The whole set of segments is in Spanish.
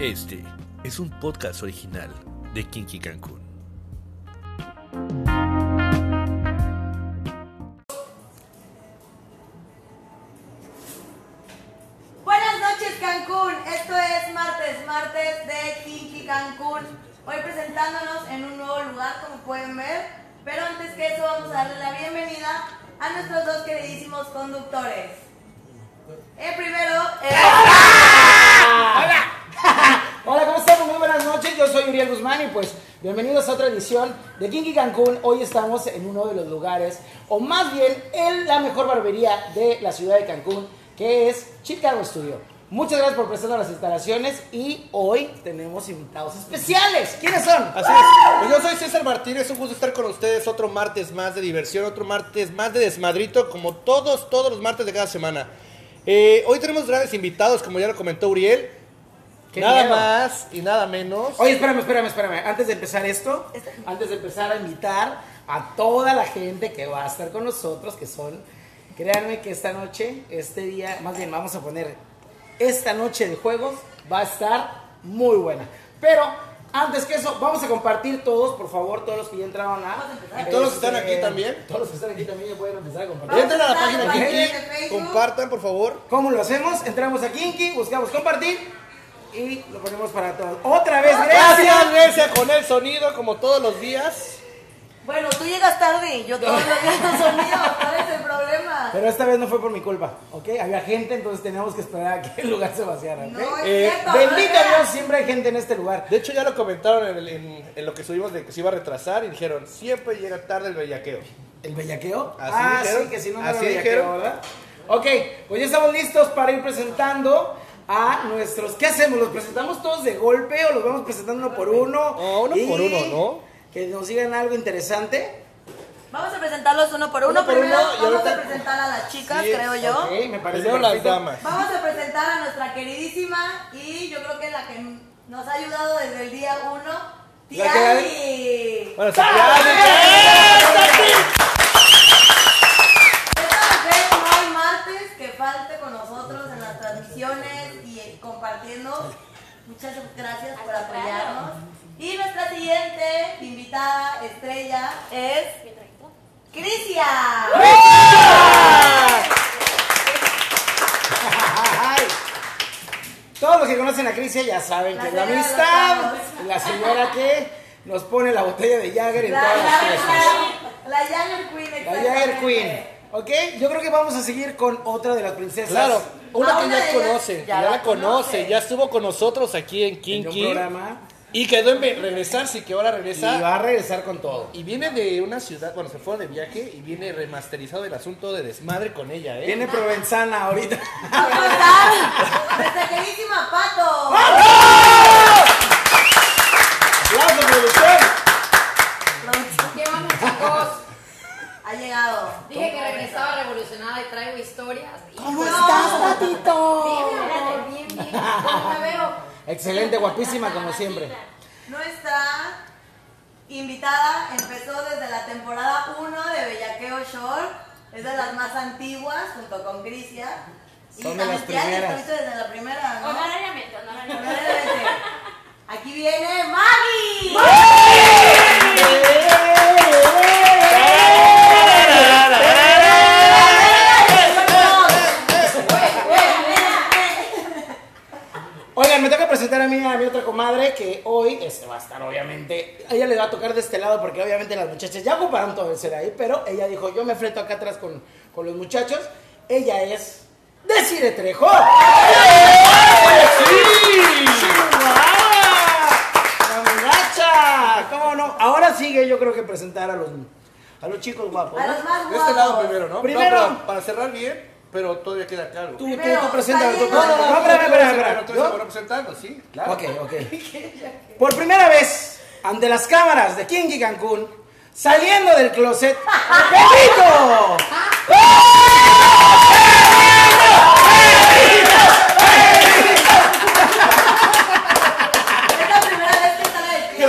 Este es un podcast original de Kinky Cancún. Buenas noches Cancún, esto es martes, martes de Kinky Cancún. Hoy presentándonos en un nuevo lugar como pueden ver, pero antes que eso vamos a darle la bienvenida a nuestros dos queridísimos conductores. El primero es... ¡Hola! Hola, ¿cómo estamos? Muy buenas noches, yo soy Uriel Guzmán y pues bienvenidos a otra edición de Kinky Cancún. Hoy estamos en uno de los lugares, o más bien en la mejor barbería de la ciudad de Cancún, que es Chicago Studio. Muchas gracias por prestarnos las instalaciones y hoy tenemos invitados especiales. ¿Quiénes son? Así es. Pues yo soy César Martínez, un gusto estar con ustedes otro martes más de diversión, otro martes más de desmadrito, como todos, todos los martes de cada semana. Eh, hoy tenemos grandes invitados, como ya lo comentó Uriel. ¡Qué nada miedo! más y nada menos. Oye, espérame, espérame, espérame. Antes de empezar esto, Este. antes de empezar a invitar a toda la gente que va a estar con nosotros, que son, créanme que esta noche, este día, más bien vamos a poner, esta noche de juegos va a estar muy buena. Pero antes que eso, vamos a compartir todos, por favor, todos los que ya entraron a... Este, ¿Y todos los que están aquí también? Todos los que están aquí también ya pueden empezar a compartir. Entren a la Vamos a página estar en la Kinky, página de Facebook. compartan por favor. ¿Cómo lo hacemos? Entramos a Kinky, buscamos compartir y lo ponemos para todos. Otra vez, Gracias, gracias. Grecia, con el sonido, como todos los días. Bueno, tú llegas tarde y yo todos los días son míos, ¿cuál es el problema? Pero esta vez no fue por mi culpa, ¿ok? Había gente, entonces teníamos que esperar a que el lugar se vaciara, ¿ok? No, es Eh, cierto, Bendito no, Dios, siempre hay gente en este lugar. De hecho, ya lo comentaron en, el- en- en lo que subimos de que se iba a retrasar y dijeron, siempre llega tarde el bellaqueo. ¿El bellaqueo? Así ah, dijeron, sí, que si no, no así era bellaqueo, dijeron. ¿verdad? Ok, pues ya estamos listos para ir presentando a nuestros... ¿Qué hacemos? ¿Los presentamos todos de golpe o los vamos presentando uno por uno? No, uno Y por uno, ¿no? Que nos digan algo interesante. Vamos a presentarlos uno por uno, Uno por primero uno, y vamos ahorita- a presentar a las chicas, Sí, creo yo. Ok, me parece Primero las perfecto. damas. Vamos a presentar a nuestra queridísima y yo creo que la que nos ha ayudado desde el día uno, La que- Tiani. Bueno, se aplaude. Esta mujer no hay martes que falte con nosotros en las transmisiones y compartiendo. Muchas gracias por apoyarnos. Y nuestra siguiente invitada estrella es Crisia. Ay. Todos los que conocen a Crisia ya saben La que es la señora de los amistad, tragos. la señora que nos pone la botella de Jagger en La, todas las fiestas. la, la Jagger Queen, La exactamente. Jagger Queen. ¿Ok? Yo creo que vamos a seguir con otra de las princesas. Claro, una Ah, que una ya de conocen, que ellas ya ya la la conoce, conoce. ya estuvo con nosotros aquí en En un Kinky programa. y quedó en ve- regresar, sí que ahora Y va regresa. a regresar con todo. Y viene de una ciudad, bueno, se fue de viaje y viene remasterizado el asunto de desmadre con ella, ¿eh? Viene Provenzana ahorita. Vamos a estar nuestra queridísima Pato. ¡Aplausos, producción! ¿Qué onda, chicos? Ha llegado. Dije que regresaba revolucionada y traigo historias. Y- ¿Cómo estás, Patito? Bien, órale, bien, bien. ¿Cómo me veo? Excelente, guapísima como siempre. Nuestra invitada empezó desde la temporada 1 de Bellaqueo Shore. Es de las más antiguas, junto con Crisia. Y Son de las también ya primeras. estuviste desde la primera, ¿no? Honorariamente, honorariamente. Verdaderamente. Aquí viene Maggie. Oigan, me toca presentar a mí a mi otra comadre que hoy este, va a estar, obviamente. A ella le va a tocar de este lado porque, obviamente, las muchachas ya ocuparon todo el ser ahí. Pero ella dijo: Yo me enfrento acá atrás con, con los muchachos. Ella es. Desire Trejo. ¡La muchacha! ¿Cómo no? Ahora sigue, yo creo que presentar a los, a los chicos guapos. A ¿no? los más De este lado guapos. primero, ¿no? Primero. No, pero para cerrar bien, pero todavía queda cargo. Tú, tú, Primero, tú presenta. está tú- lleno. No, no, no, no, espera, espera, espera. Entonces, Yo- bueno, presentando, sí, claro. Ok, ok. Por primera vez, ante las cámaras de Kinky Cancún, saliendo del closet, ¡Perrito! Es la primera vez que sale de ti. ¡Ay, no,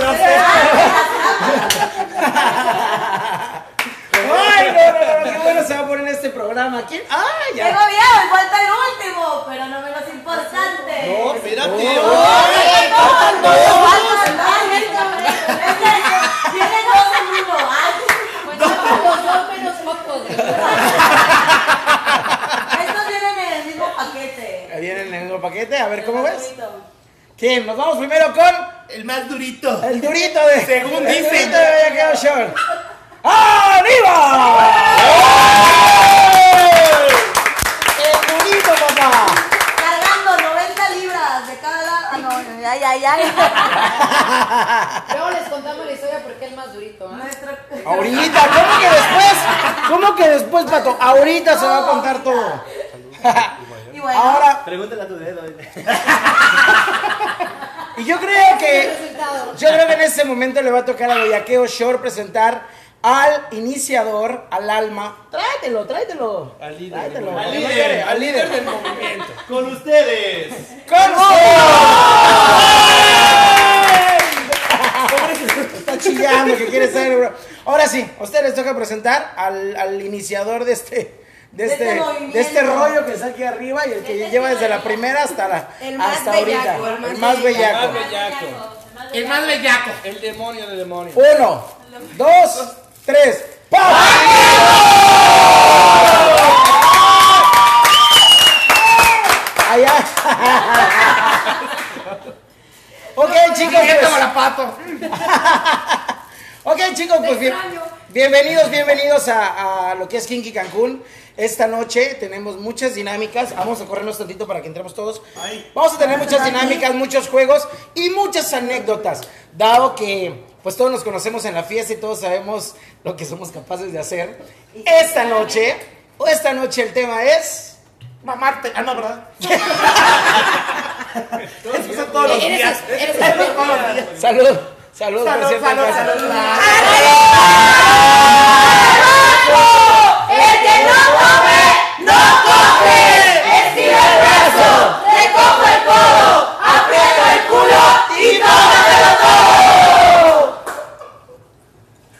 no, no! ¡Qué bueno se va a poner este programa! ¿Quién? ¡Ay, ya. Llego bien, falta el último, pero no menos importante. Oh, No, espérate. No. oye. Pues no, los dos menos pocos. Estos vienen en el mismo paquete. Ahí viene el nuevo paquete, a ver cómo ves. ¿Quién? Nos vamos primero con El más durito. el durito de. Según el dicen. durito de Bellaqueo Short. ¡Arriba! ¡El durito, papá! Cargando 90 libras de cada lado. Ah, no, ya, ya, ya. Luego les contamos la historia porque es más durito. ¿ah? Nuestro- Ahorita, ¿cómo que después? ¿Cómo que después, pato? Ahorita se va a contar todo. Y bueno, Ahora, Pregúntale a tu dedo. y yo creo que. Resultado. Yo creo que en este momento le va a tocar a Boyaqueo Shore presentar al iniciador, al alma. Tráetelo, tráetelo. Al líder. Tráetelo. Al No líder, quiere, al líder del movimiento. Con ustedes. ¡Con ¡Oh! ustedes! Está chillando que quiere ser, bro. Ahora sí, a ustedes les toca presentar al, al iniciador de este. De De este, de este este movimiento. rollo que está aquí arriba y el que Este lleva desde la bellaco. primera hasta la El más hasta bellaco, ahorita. el más El más bellaco. bellaco. El más bellaco. El demonio de demonio. Uno, dos, tres. ¡Pam! Allá. ok, chicos. pues- pato. ok, chicos, pues bien- extraño. bienvenidos, bienvenidos a, a lo que es Kinky Cancún. Esta noche tenemos muchas dinámicas. Vamos a corrernos tantito para que entremos todos. Vamos a tener muchas dinámicas, muchos juegos y muchas anécdotas. Dado que pues todos nos conocemos en la fiesta y todos sabemos lo que somos capaces de hacer. Esta noche, o esta noche el tema es. Mamarte. Ah, no, ¿verdad? Eso son todos los Eres- días. eres- Eso son todos los días. Salud. Salud, por Salud, cierto, salud, acá. salud.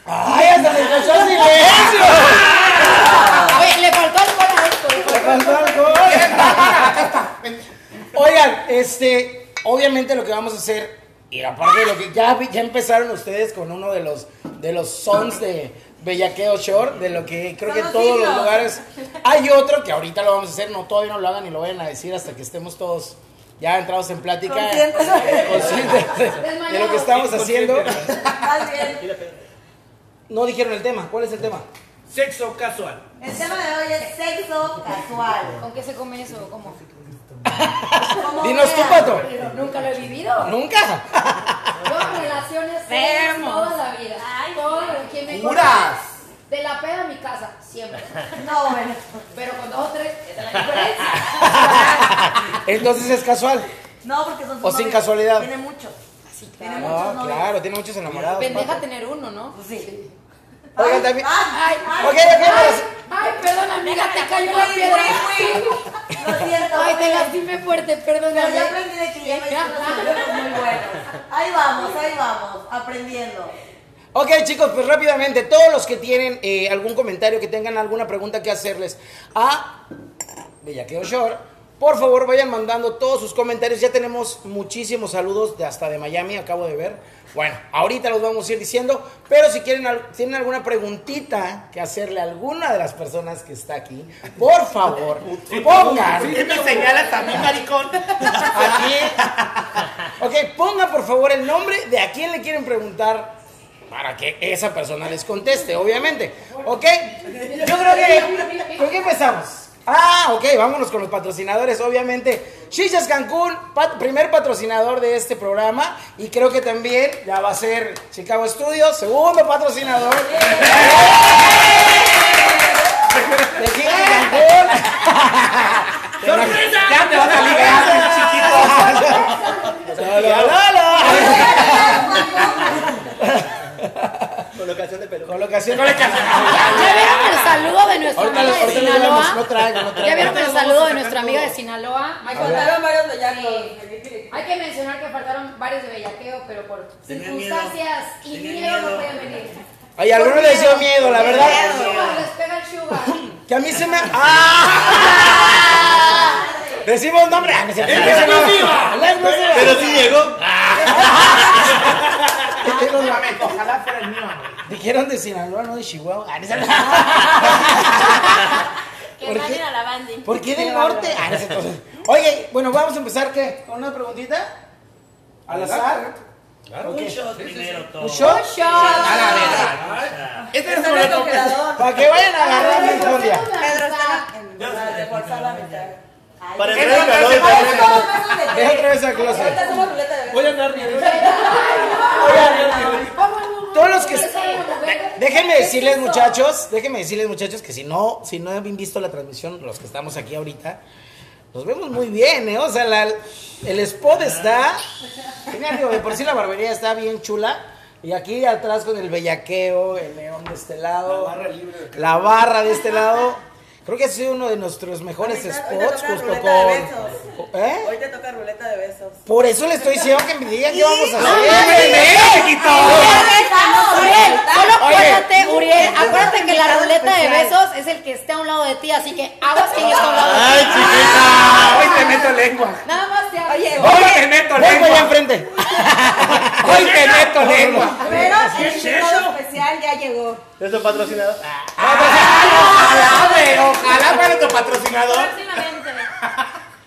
¡Ay, hasta se escuchó silencio! Oye, le faltó el gol a esto. le faltó. Oigan, este, obviamente lo que vamos a hacer, y aparte de lo que ya, vi- ya empezaron ustedes con uno de los, de los sons de Bellaqueo Shore, de lo que creo Son que en los todos los signos. lugares. Hay otro que ahorita lo vamos a hacer, no, todavía no lo hagan y lo vayan a decir hasta que estemos todos ya entrados en plática. Conscientes. conscientes de, de lo que estamos haciendo. más bien. No dijeron el tema, ¿cuál es el tema? Sexo casual. El tema de hoy es sexo casual. ¿Con qué se come eso? ¿Cómo? Como Dinos tú, veas. Pato. Nunca lo he vivido. Nunca. Yo en relaciones serias Vemos. toda la vida. Todo lo que me Juras. conoce, De la peda a mi casa, siempre. No, bueno. Pero con dos o tres, esa es la diferencia. Entonces es casual. No, porque son sus O sin novios. casualidad. Tiene mucho. Tiene muchos No, novios. Ah, claro, tiene muchos enamorados. Pendeja Pato. tener uno, ¿no? Pues sí. Oigan, Ay, también- Ay, ay, Ok, ok, Ay, pues. ay, perdón, amiga, te cayó la uy, piedra. uy, uy. Lo siento. Ay, te uy. lastimé fuerte, Pero yo perdóname. aprendí de que ya me hicieron los amigos muy buenos. Ahí vamos, ahí vamos, aprendiendo. Ok chicos, pues rápidamente, todos los que tienen eh, algún comentario, que tengan alguna pregunta que hacerles a Bellaqueo Shore, por favor vayan mandando todos sus comentarios. Ya tenemos muchísimos saludos de hasta de Miami, acabo de ver. Bueno, ahorita los vamos a ir diciendo, pero si quieren al- tienen alguna preguntita que hacerle a alguna de las personas que está aquí, por favor, pongan ¿Qué me señalas a mí, maricón? aquí. Ok, ponga por favor el nombre de a quién le quieren preguntar para que esa persona les conteste, obviamente. Ok, yo creo que. ¿Con qué empezamos? Ah, ok, vámonos con los patrocinadores, obviamente. Chichas Cancún, pat- primer patrocinador de este programa. Y creo que también ya va a ser Chicago Studios, segundo patrocinador. De Kinky Cancún. Ya te vas a ligar, Colocación de pelo. Colocación. ¿Ya vieron el saludo de nuestra Ahorita, amiga de ahorita lo vemos, no Sinaloa? traigo, no ¿Ya vieron traigo. el saludo de nuestra amiga de Sinaloa? Me contaron varios bellacos. Sí. Hay que mencionar que faltaron varios de bellaqueo, pero por Tenían circunstancias y Tenían miedo, no miedo. podían venir. Ay, a algunos les dio miedo, la Les verdad. pega el sugar, les pega el sugar. Que a mí se me. ¡Ah! Decimos nombre. Ah, no es cierto. La exclusiva. Pero sí llegó. Dijeron- Ojalá fuera el mío, güey. Dijeron de Sinaloa, no de Chihuahua. Ah, no es cierto. Que ¿Por qué? manden a la banda. ¿Por qué del norte? Ah, no es cierto. Oye, bueno, vamos a empezar qué? ¿Con una preguntita? Al azar. Un shot primero todo. ¿Un shot? A la verga. Este es boleto el congelador. Para que vayan a agarrar la historia. Pedro está en lugar de forzar la mitad. Ay, Para Este ¿qué entrar tal? en calor, Ahorita somos besos de Ve té. otra vez al closet. Ahorita somos ruleta de besos. Voy a andar bien. Todos los que. Déjenme decirles, muchachos, déjenme decirles, muchachos, que si no, si no han visto la transmisión, los que estamos aquí ahorita, nos vemos muy bien, ¿eh? O sea, la- el spot está. Genial, digo, de por sí la barbería está bien chula. Y aquí atrás con el bellaqueo, el león de este lado. La barra de este lado. Creo que ha sido uno de nuestros mejores Ahorita- ahorita spots, pues, toca justo ruleta de con. ¿Eh? Hoy te toca ruleta de besos. Por eso le estoy diciendo que me digan qué vamos a No, hacer. Uriel, solo Oye. acuérdate, Uriel, acuérdate que la ruleta de besos es el que esté a un lado de ti, así que aguas que yo esté a un lado de ti. ¡Ay, chiquita! Hoy te meto lengua. Nada más te Oye, aviso. Hoy te meto Vengo allá lengua. enfrente. Hoy te meto lengua. pero ¿Qué el es invitado eso? especial ya llegó. ¿Eso patrocinado? Ah, pues, Ojalá, güey. Ojalá fuera tu patrocinador. Próximamente.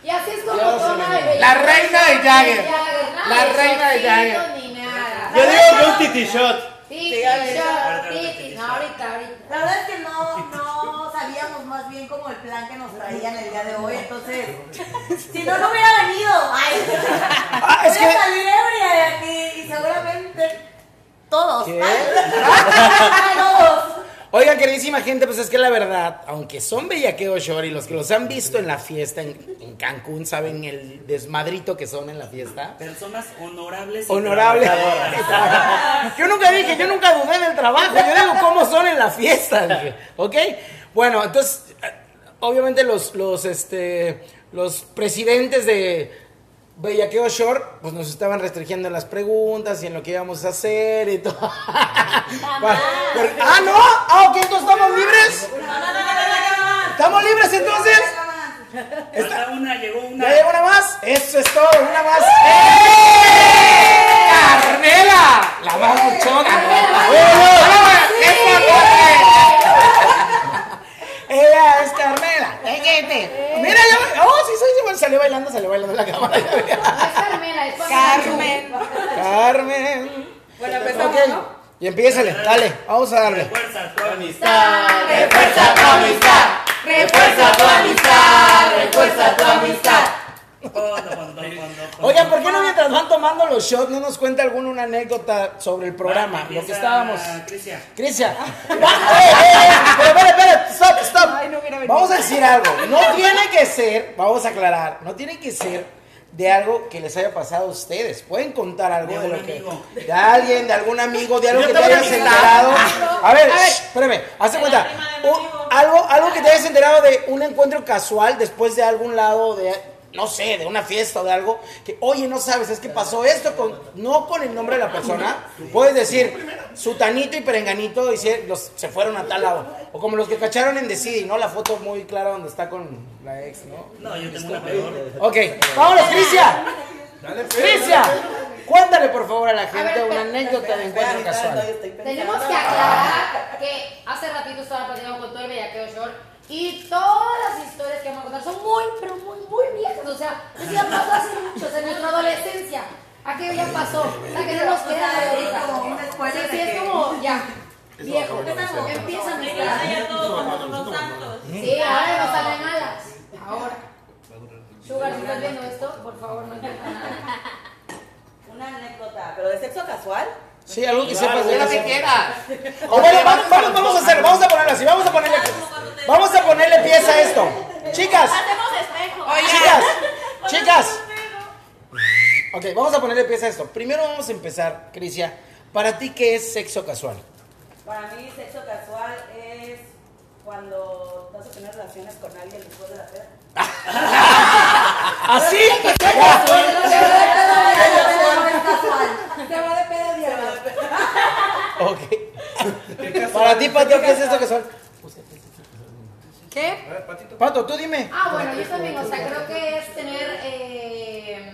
Y así es como toma de La reina de Jagger. Nada La reina de shotcito Jagger. ni nada. Yo digo que un titi shot. Titi, Sí, shot, titi. No, ahorita, ahorita. La verdad es que no, no sabíamos más bien como el plan que nos traían el día de hoy, entonces, si no, no hubiera venido. Ay, Ah, es hubiera que- salido ebria de aquí y seguramente todos. ¿Qué? Ay, todos. Oigan, queridísima gente, pues es que la verdad, aunque son bellaqueos short y los que los han visto en la fiesta en, en Cancún saben el desmadrito que son en la fiesta. Personas honorables. y Honorable. trabajadoras. Yo nunca dije, yo nunca dudé del trabajo. Yo digo cómo son en la fiesta, dije. ¿Ok? Bueno, entonces, eh, obviamente los, los, este, los presidentes de Bellaqueo Short, pues nos estaban restringiendo en las preguntas y en lo que íbamos a hacer y todo. Jamás. Porque- ah, no. Ah, ok, entonces estamos libres. No, no, no, no, no, ¿Estamos libres no, no, entonces? no, no, no. Falta una, llegó una. ¿Ya llegó una más? Eso es todo, una más. ¡Eh! ¡Carmela! La más buchona. Ella es Carmela. Déjete. Mira, yo. Oh, sí, soy igual. Salió bailando, salió bailando en la cámara. No es Carmela, es Carmen. Carmen. Bueno, empezamos, Ok. ¿no? Y empiézale, dale, vamos a darle. Fuerza, tu amistad. Refuerza tu amistad. Refuerza tu amistad. Refuerza tu amistad. Fondo, fondo, fondo, fondo. Oigan, ¿por qué no mientras van tomando los shots no nos cuenta alguna una anécdota sobre el programa? Va, lo que empieza estábamos. Cristian. Cristian. Ah, ¡Eh, eh, eh! Pero, espera, espera, stop, stop. Vamos a decir algo. No tiene que ser, vamos a aclarar, no tiene que ser de algo que les haya pasado a ustedes. Pueden contar algo de, De lo un que. amigo. De alguien, de algún amigo, de algo Yo que te te voy a hayas avisar. enterado. A ver, Ah, A ver. shh, espérame, hazte De la cuenta. prima de un Un- amigo. algo, algo que te hayas enterado de un encuentro casual después de algún lado de. No sé, de una fiesta o de algo que, oye, no sabes, es que pasó esto con, no con el nombre de la persona. Puedes decir, sutanito y perenganito y se, los- se fueron a tal lado. O como los que cacharon en Decidi, ¿no? La foto muy clara donde está con la ex, ¿no? No, yo tengo una peor. Ok, vámonos, Crisia. Crisia, cuéntale por favor a la gente ver, una espera, anécdota de encuentro casual. Tenemos que aclarar que hace ratito estaba platicando con todo el bellaqueo short y todas las historias que vamos a contar son muy, pero muy, muy viejas. O sea, eso ya pasó hace mucho, o sea, en nuestra adolescencia. Aquello ya pasó, la que no nos queda de ahorita. Como un spoiler Sí, sí, de es que- como ya. Viejo, empieza a mezclar. Sí, ahora no salen alas. Ahora. Sugar, si estás viendo esto, por favor, no entiendas nada. Una anécdota, pero de sexo casual. Sí, algo que sepas de Lo eso. que quieras. O bueno, vamos, vamos, vamos a hacer, vamos a ponerlo así, vamos a ponerle, vamos a ponerle pieza a esto. Chicas, Hacemos espejo. chicas, chicas. Ok, vamos a ponerle pieza a esto. Primero vamos a empezar, Crisia. Para ti, ¿qué es sexo casual? Para mí, sexo casual es cuando vas a tener relaciones con alguien después de la peda. ¿Así? Se va de pedo diario. Ok. Para ti, Patio, ¿qué es sexo casual? ¿Qué? Pato, tú dime. Ah, bueno, yo también, o sea, creo que es tener eh,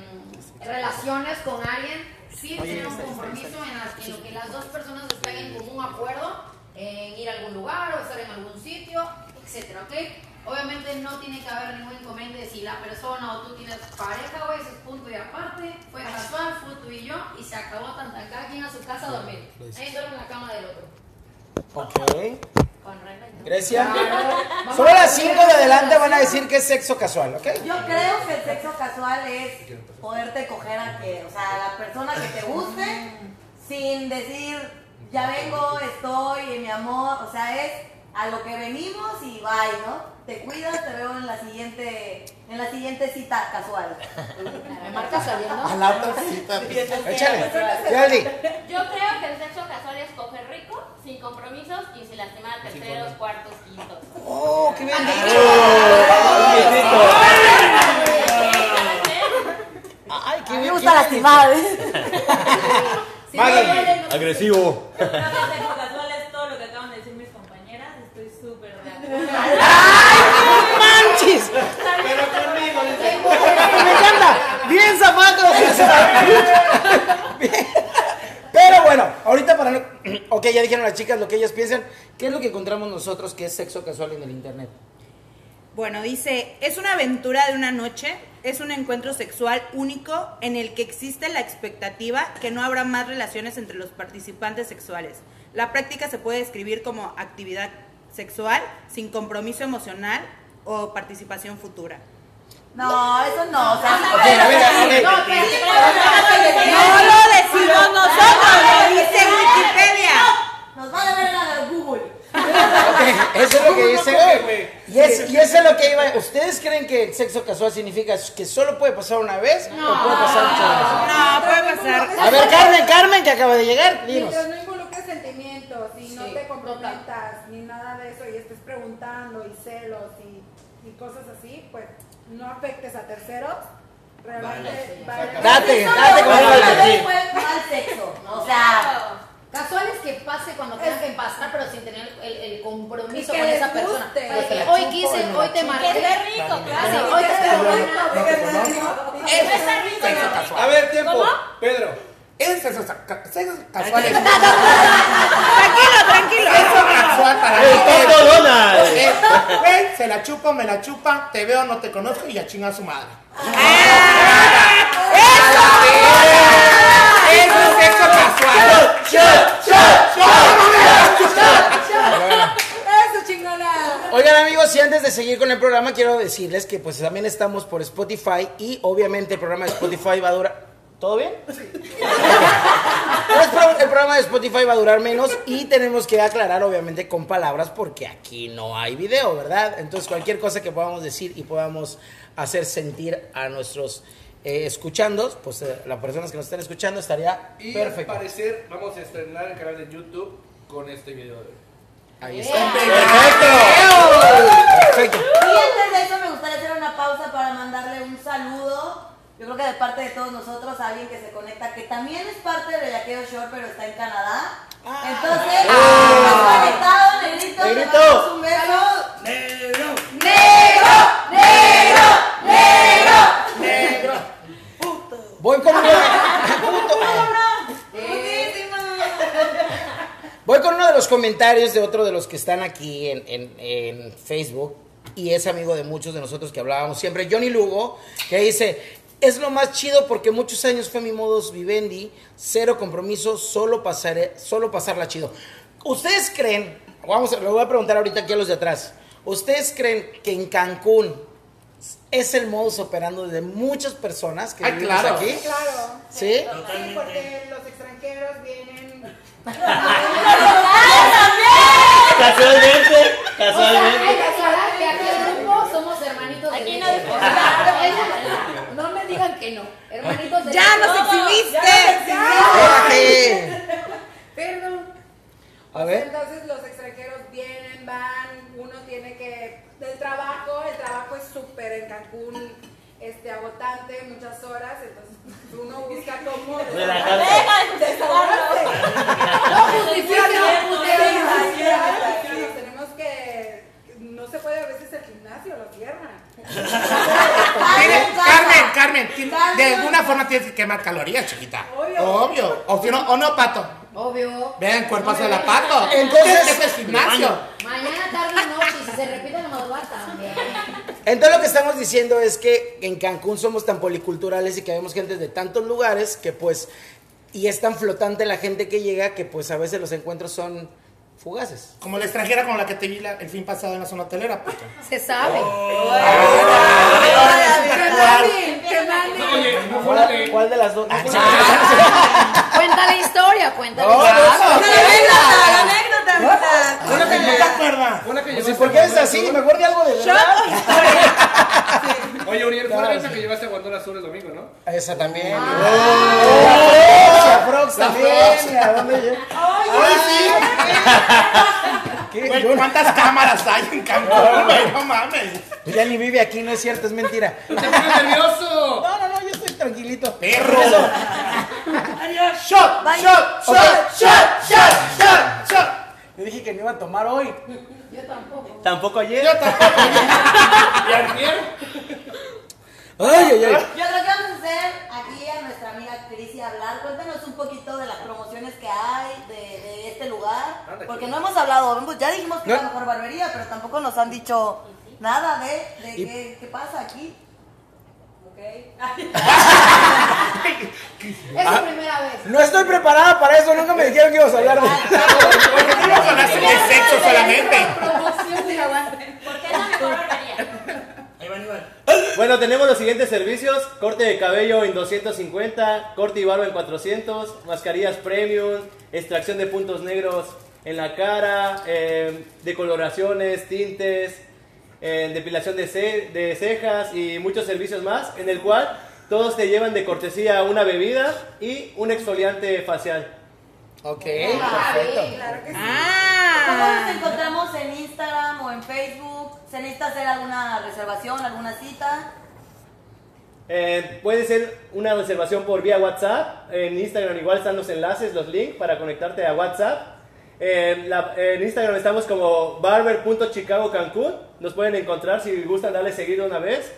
relaciones con alguien, sí tener un compromiso en, las- en lo que las dos personas están en común acuerdo, en ir a algún lugar o estar en algún sitio, etcétera, ¿ok? Obviamente no tiene que haber ningún inconveniente de si la persona o tú tienes pareja, o eso es punto y aparte, fue casual, fue tú y yo, y se acabó tanto cada quien a su casa a dormir. Ahí duerme en la cama del otro. Ok. Con respeto. Grecia. Solo las 5 de adelante van a decir que es sexo casual, ¿ok? Yo creo que el sexo casual es poderte coger a que, o sea, a la persona que te guste, sin decir, ya vengo, estoy, mi amor, o sea, es a lo que venimos y bye, ¿no? Te cuidas, te veo en la siguiente, en la siguiente cita casual. ¿Me marcas saliendo? A la otra cita. pues. Échale. Geraldi. Yo creo que el sexo casual es coger rico, sin compromisos y sin lastimar a terceros, cuartos, quintos. Oh, qué bien. Ay, qué A mí me bien. gusta lastimar. Si no, Maggie. duele, no- Agresivo. Creo que el sexo casual es todo lo que acaban de decir mis compañeras. Estoy súper de acuerdo. ¡Manches! Pero conmigo, dice. Me encanta. Bien zapato. Pero bueno, ahorita para no... Ok, ya dijeron las chicas lo que ellas piensan. ¿Qué es lo que encontramos nosotros que es sexo casual en el internet? Bueno, dice, es una aventura de una noche, es un encuentro sexual único en el que existe la expectativa que no habrá más relaciones entre los participantes sexuales. La práctica se puede describir como actividad sexual sin compromiso emocional o participación futura. No, eso no, o sea, Ok, a ver, a ver. No, espérate, espérate. No lo decimos nosotros, lo dice Wikipedia. nos van a ver en la de Google. Ok, eso es lo que dice. Ok, güey. Y, es- y eso es lo que iba. ¿Ustedes creen que el sexo casual significa que solo puede pasar una vez o puede pasar muchas veces? No, puede pasar. A ver, Carmen, Carmen, que acaba de llegar, dinos. Mientras no involucres sentimientos y no Sí, te comprometas ni nada de eso y estés preguntando y celos y, y cosas así, pues no afectes a terceros. Realmente, vale. Date, Eso date con no, Carmen. eso fue mal sexo, o sea, Casual es que pase cuando tengas que pasar, pero sin tener el, el compromiso Que con les esa persona. guste. Para que hoy quise, hoy te Que marqué. esté rico, Sí, claro. hoy te Que esté rico, no rico. A ver, tiempo. ¿Cómo? Pedro. Es sexo ca- sexo casual. es- Tranquilo, tranquilo. Sexo casual para ¡El mí es- Toto Donald! es, güey, se la chupa, me la chupa, te veo, no te conozco y a chingar a su madre. ¡Eso! ¡Eso es sexo casual! ¡Eso, chingona! Oigan amigos, y antes de seguir con el programa, quiero decirles que pues también estamos por Spotify y obviamente el programa de Spotify va a durar... ¿Todo bien? Pues, pro- el programa de Spotify va a durar menos y tenemos que aclarar obviamente con palabras porque aquí no hay video, ¿verdad? Entonces cualquier cosa que podamos decir y podamos hacer sentir a nuestros eh, escuchandos, pues eh, las personas que nos están escuchando estaría Y perfecto. al parecer vamos a estrenar el canal de YouTube con este video. Ahí Perfecto. Y antes de eso me gustaría hacer una pausa para mandarle un saludo. Yo creo que de parte de todos nosotros a alguien que se conecta, que también es parte de Yaqueo Shore, pero está en Canadá. Entonces, estás conectado, negrito, te Ah. Negrito. mandamos un beso. Negro. Voy con uno de, Putísimo. voy con uno de los comentarios de otro de los que están aquí en, en- en Facebook y es amigo de muchos de nosotros que hablábamos siempre, Johnny Lugo, que dice, es lo más chido porque muchos años fue mi modus vivendi, cero compromiso, solo, pasaré, solo pasarla chido. ¿Ustedes creen, vamos, a- lo voy a preguntar ahorita aquí a los de atrás, ¿ustedes creen que en Cancún es el modus operando de muchas personas que Ay, vivimos claro. aquí? Claro. ¿Sí? Sí, porque los extranjeros vienen. Casualmente, O sea, casualmente. hay que aclarar que aquí el grupo somos hermanitos. Aquí de no leche. hay- O sea, es- No me digan que no. Hermanitos de Ya leche. nos exhibiste. Espérate. Perdón. A ver. Entonces los extranjeros vienen, van, uno tiene que... El trabajo, el trabajo es súper en Cancún, este, agotante, muchas horas, entonces uno busca cómo... Relajarte. desahogarte. Desahogarte. No justifiquen, no Porque justifiquen. la ciudad, Nos tenemos que... No se puede a veces Tienes- Carmen, Carmen, Carmen, ti- Carmen. de alguna forma tienes que quemar calorías, chiquita. Obvio. O, si no, o no, pato. Obvio. Vean, cuerpazo de la pato. Entonces- Este es el gimnasio. Mañana, tarde y noche, y si se repite la madrugada también. Entonces lo que estamos diciendo es que en Cancún somos tan policulturales y que vemos gente de tantos lugares que pues, y es tan flotante la gente que llega que pues a veces los encuentros son fugaces. Como la extranjera con la que te vi la- el fin pasado en la zona hotelera, puto. Se sabe. ¿Cuál, cuál de las dos? Ah, Cuenta la historia, cuenta la No, historia. no, La anécdota, la anécdota, amistad. no te acuerdas. Una que Pues, ¿y llevaste ¿Por qué es así? Mejor de algo de verdad. Oye, Uriel, fue la Claro. esa que llevaste a Guandola Azul el domingo, ¿no? Esa también. Oh, la Ah. Frogs también. ¿A dónde llega? ¿Qué? Güey, Yo no- ¿Cuántas cámaras hay en Cancún, güey? No mames. Pues ya ni vive aquí, no es cierto, es mentira. ¡Te pones nervioso! No, no, no, yo estoy tranquilito. Perro. Adiós. Shot, Bye. shot, Ok. shot, shot, shot, shot, shot. Yo dije que no iba a tomar hoy. Yo tampoco. Tampoco ayer. ¿Y Antier? Ay, ay, ay. Yo creo que vamos a hacer aquí a nuestra amiga Cris y hablar. Cuéntanos un poquito de las promociones que hay de, de este lugar. Porque no hemos hablado, hemos- ya dijimos que es la mejor barbería, pero tampoco nos han dicho nada de, de Y- qué, qué pasa aquí. Es Ah. la primera vez. No estoy preparada para eso, nunca me dijeron que íbamos a hablar de Ah. ¿Por qué tú no hablaste de sexo solamente? Promoción de aguante. Porque es la mejor barbería. Ahí van, ahí van. Bueno, tenemos los siguientes servicios: corte de cabello en 250, corte y barba en 400, mascarillas premium, extracción de puntos negros en la cara, eh, decoloraciones, tintes, eh, depilación de, ce- de cejas y muchos servicios más, en el cual todos te llevan de cortesía una bebida y un exfoliante facial. Ok, Claro que sí. ¿Cómo Ah. nos encontramos en Instagram o en Facebook? ¿Se necesita hacer alguna reservación, alguna cita? Eh, puede ser una reservación por vía WhatsApp. En Instagram igual están los enlaces, los links para conectarte a WhatsApp. En, la- en Instagram estamos como barber.chicagocancún. Nos pueden encontrar si gustan darle seguir una vez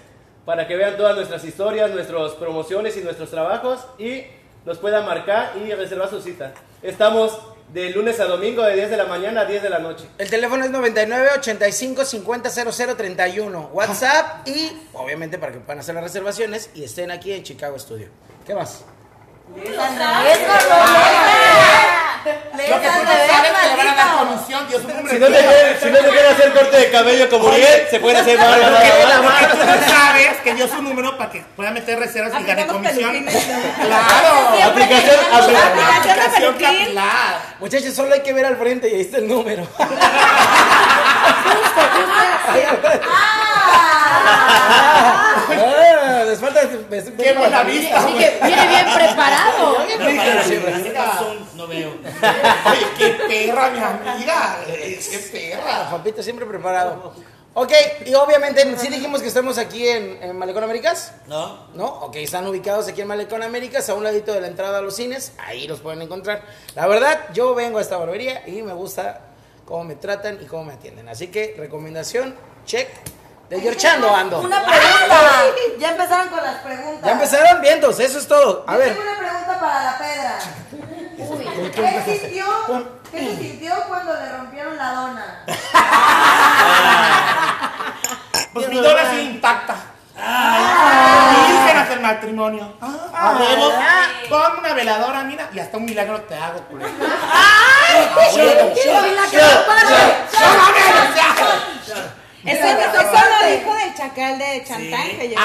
para que vean todas nuestras historias, nuestras promociones y nuestros trabajos y nos puedan marcar y reservar su cita. Estamos de lunes a domingo de 10 de la mañana a 10 de la noche. El teléfono es 99 85 50 00 31. WhatsApp y obviamente para que puedan hacer las reservaciones y estén aquí en Chicago Studio. ¿Qué más? Lo que tú no sabes que le van a dar comisión, Dios un Si no te quieren, si no te quieren hacer corte de cabello como Uriel, se pueden hacer barba. Porque nada más. porque tú no sabes que dio su número para que pueda meter reservas y gane Aplicamos comisión. peluquines, ¿no? Claro. Aplicación, apli- Aplicación Aplicación de peluquín. capilar. Muchachos, solo hay que ver al frente y ahí está el número. Ah, les falta. Qué buena vista. Así que viene bien preparado. ¿Qué razón? No veo. Oye, qué perra, mi amiga. Eh, Qué perra. Papito siempre preparado. Ok, y obviamente sí dijimos que estamos aquí en, en Malecón Américas. ¿No? ¿no? Ok, están ubicados aquí en Malecón Américas, a un ladito de la entrada a los cines, ahí los pueden encontrar. La verdad, yo vengo a esta barbería y me gusta cómo me tratan y cómo me atienden. Así que, recomendación, check, de Yorchando ando. Una pregunta. Ya empezaron con las preguntas. Ya empezaron vientos, eso es todo. A Yo ver, tengo una pregunta para la pedra. Uy. ¿Qué sintió, qué se sintió cuando le rompieron la dona? Pues mi dona sigue intacta. Virgen hasta el matrimonio. Ah, huevo. Ponme una veladora, mira, y hasta un milagro te hago, culero. Pero y la que no para. Eso, eso lo dijo del chacal de Chantán que llegó.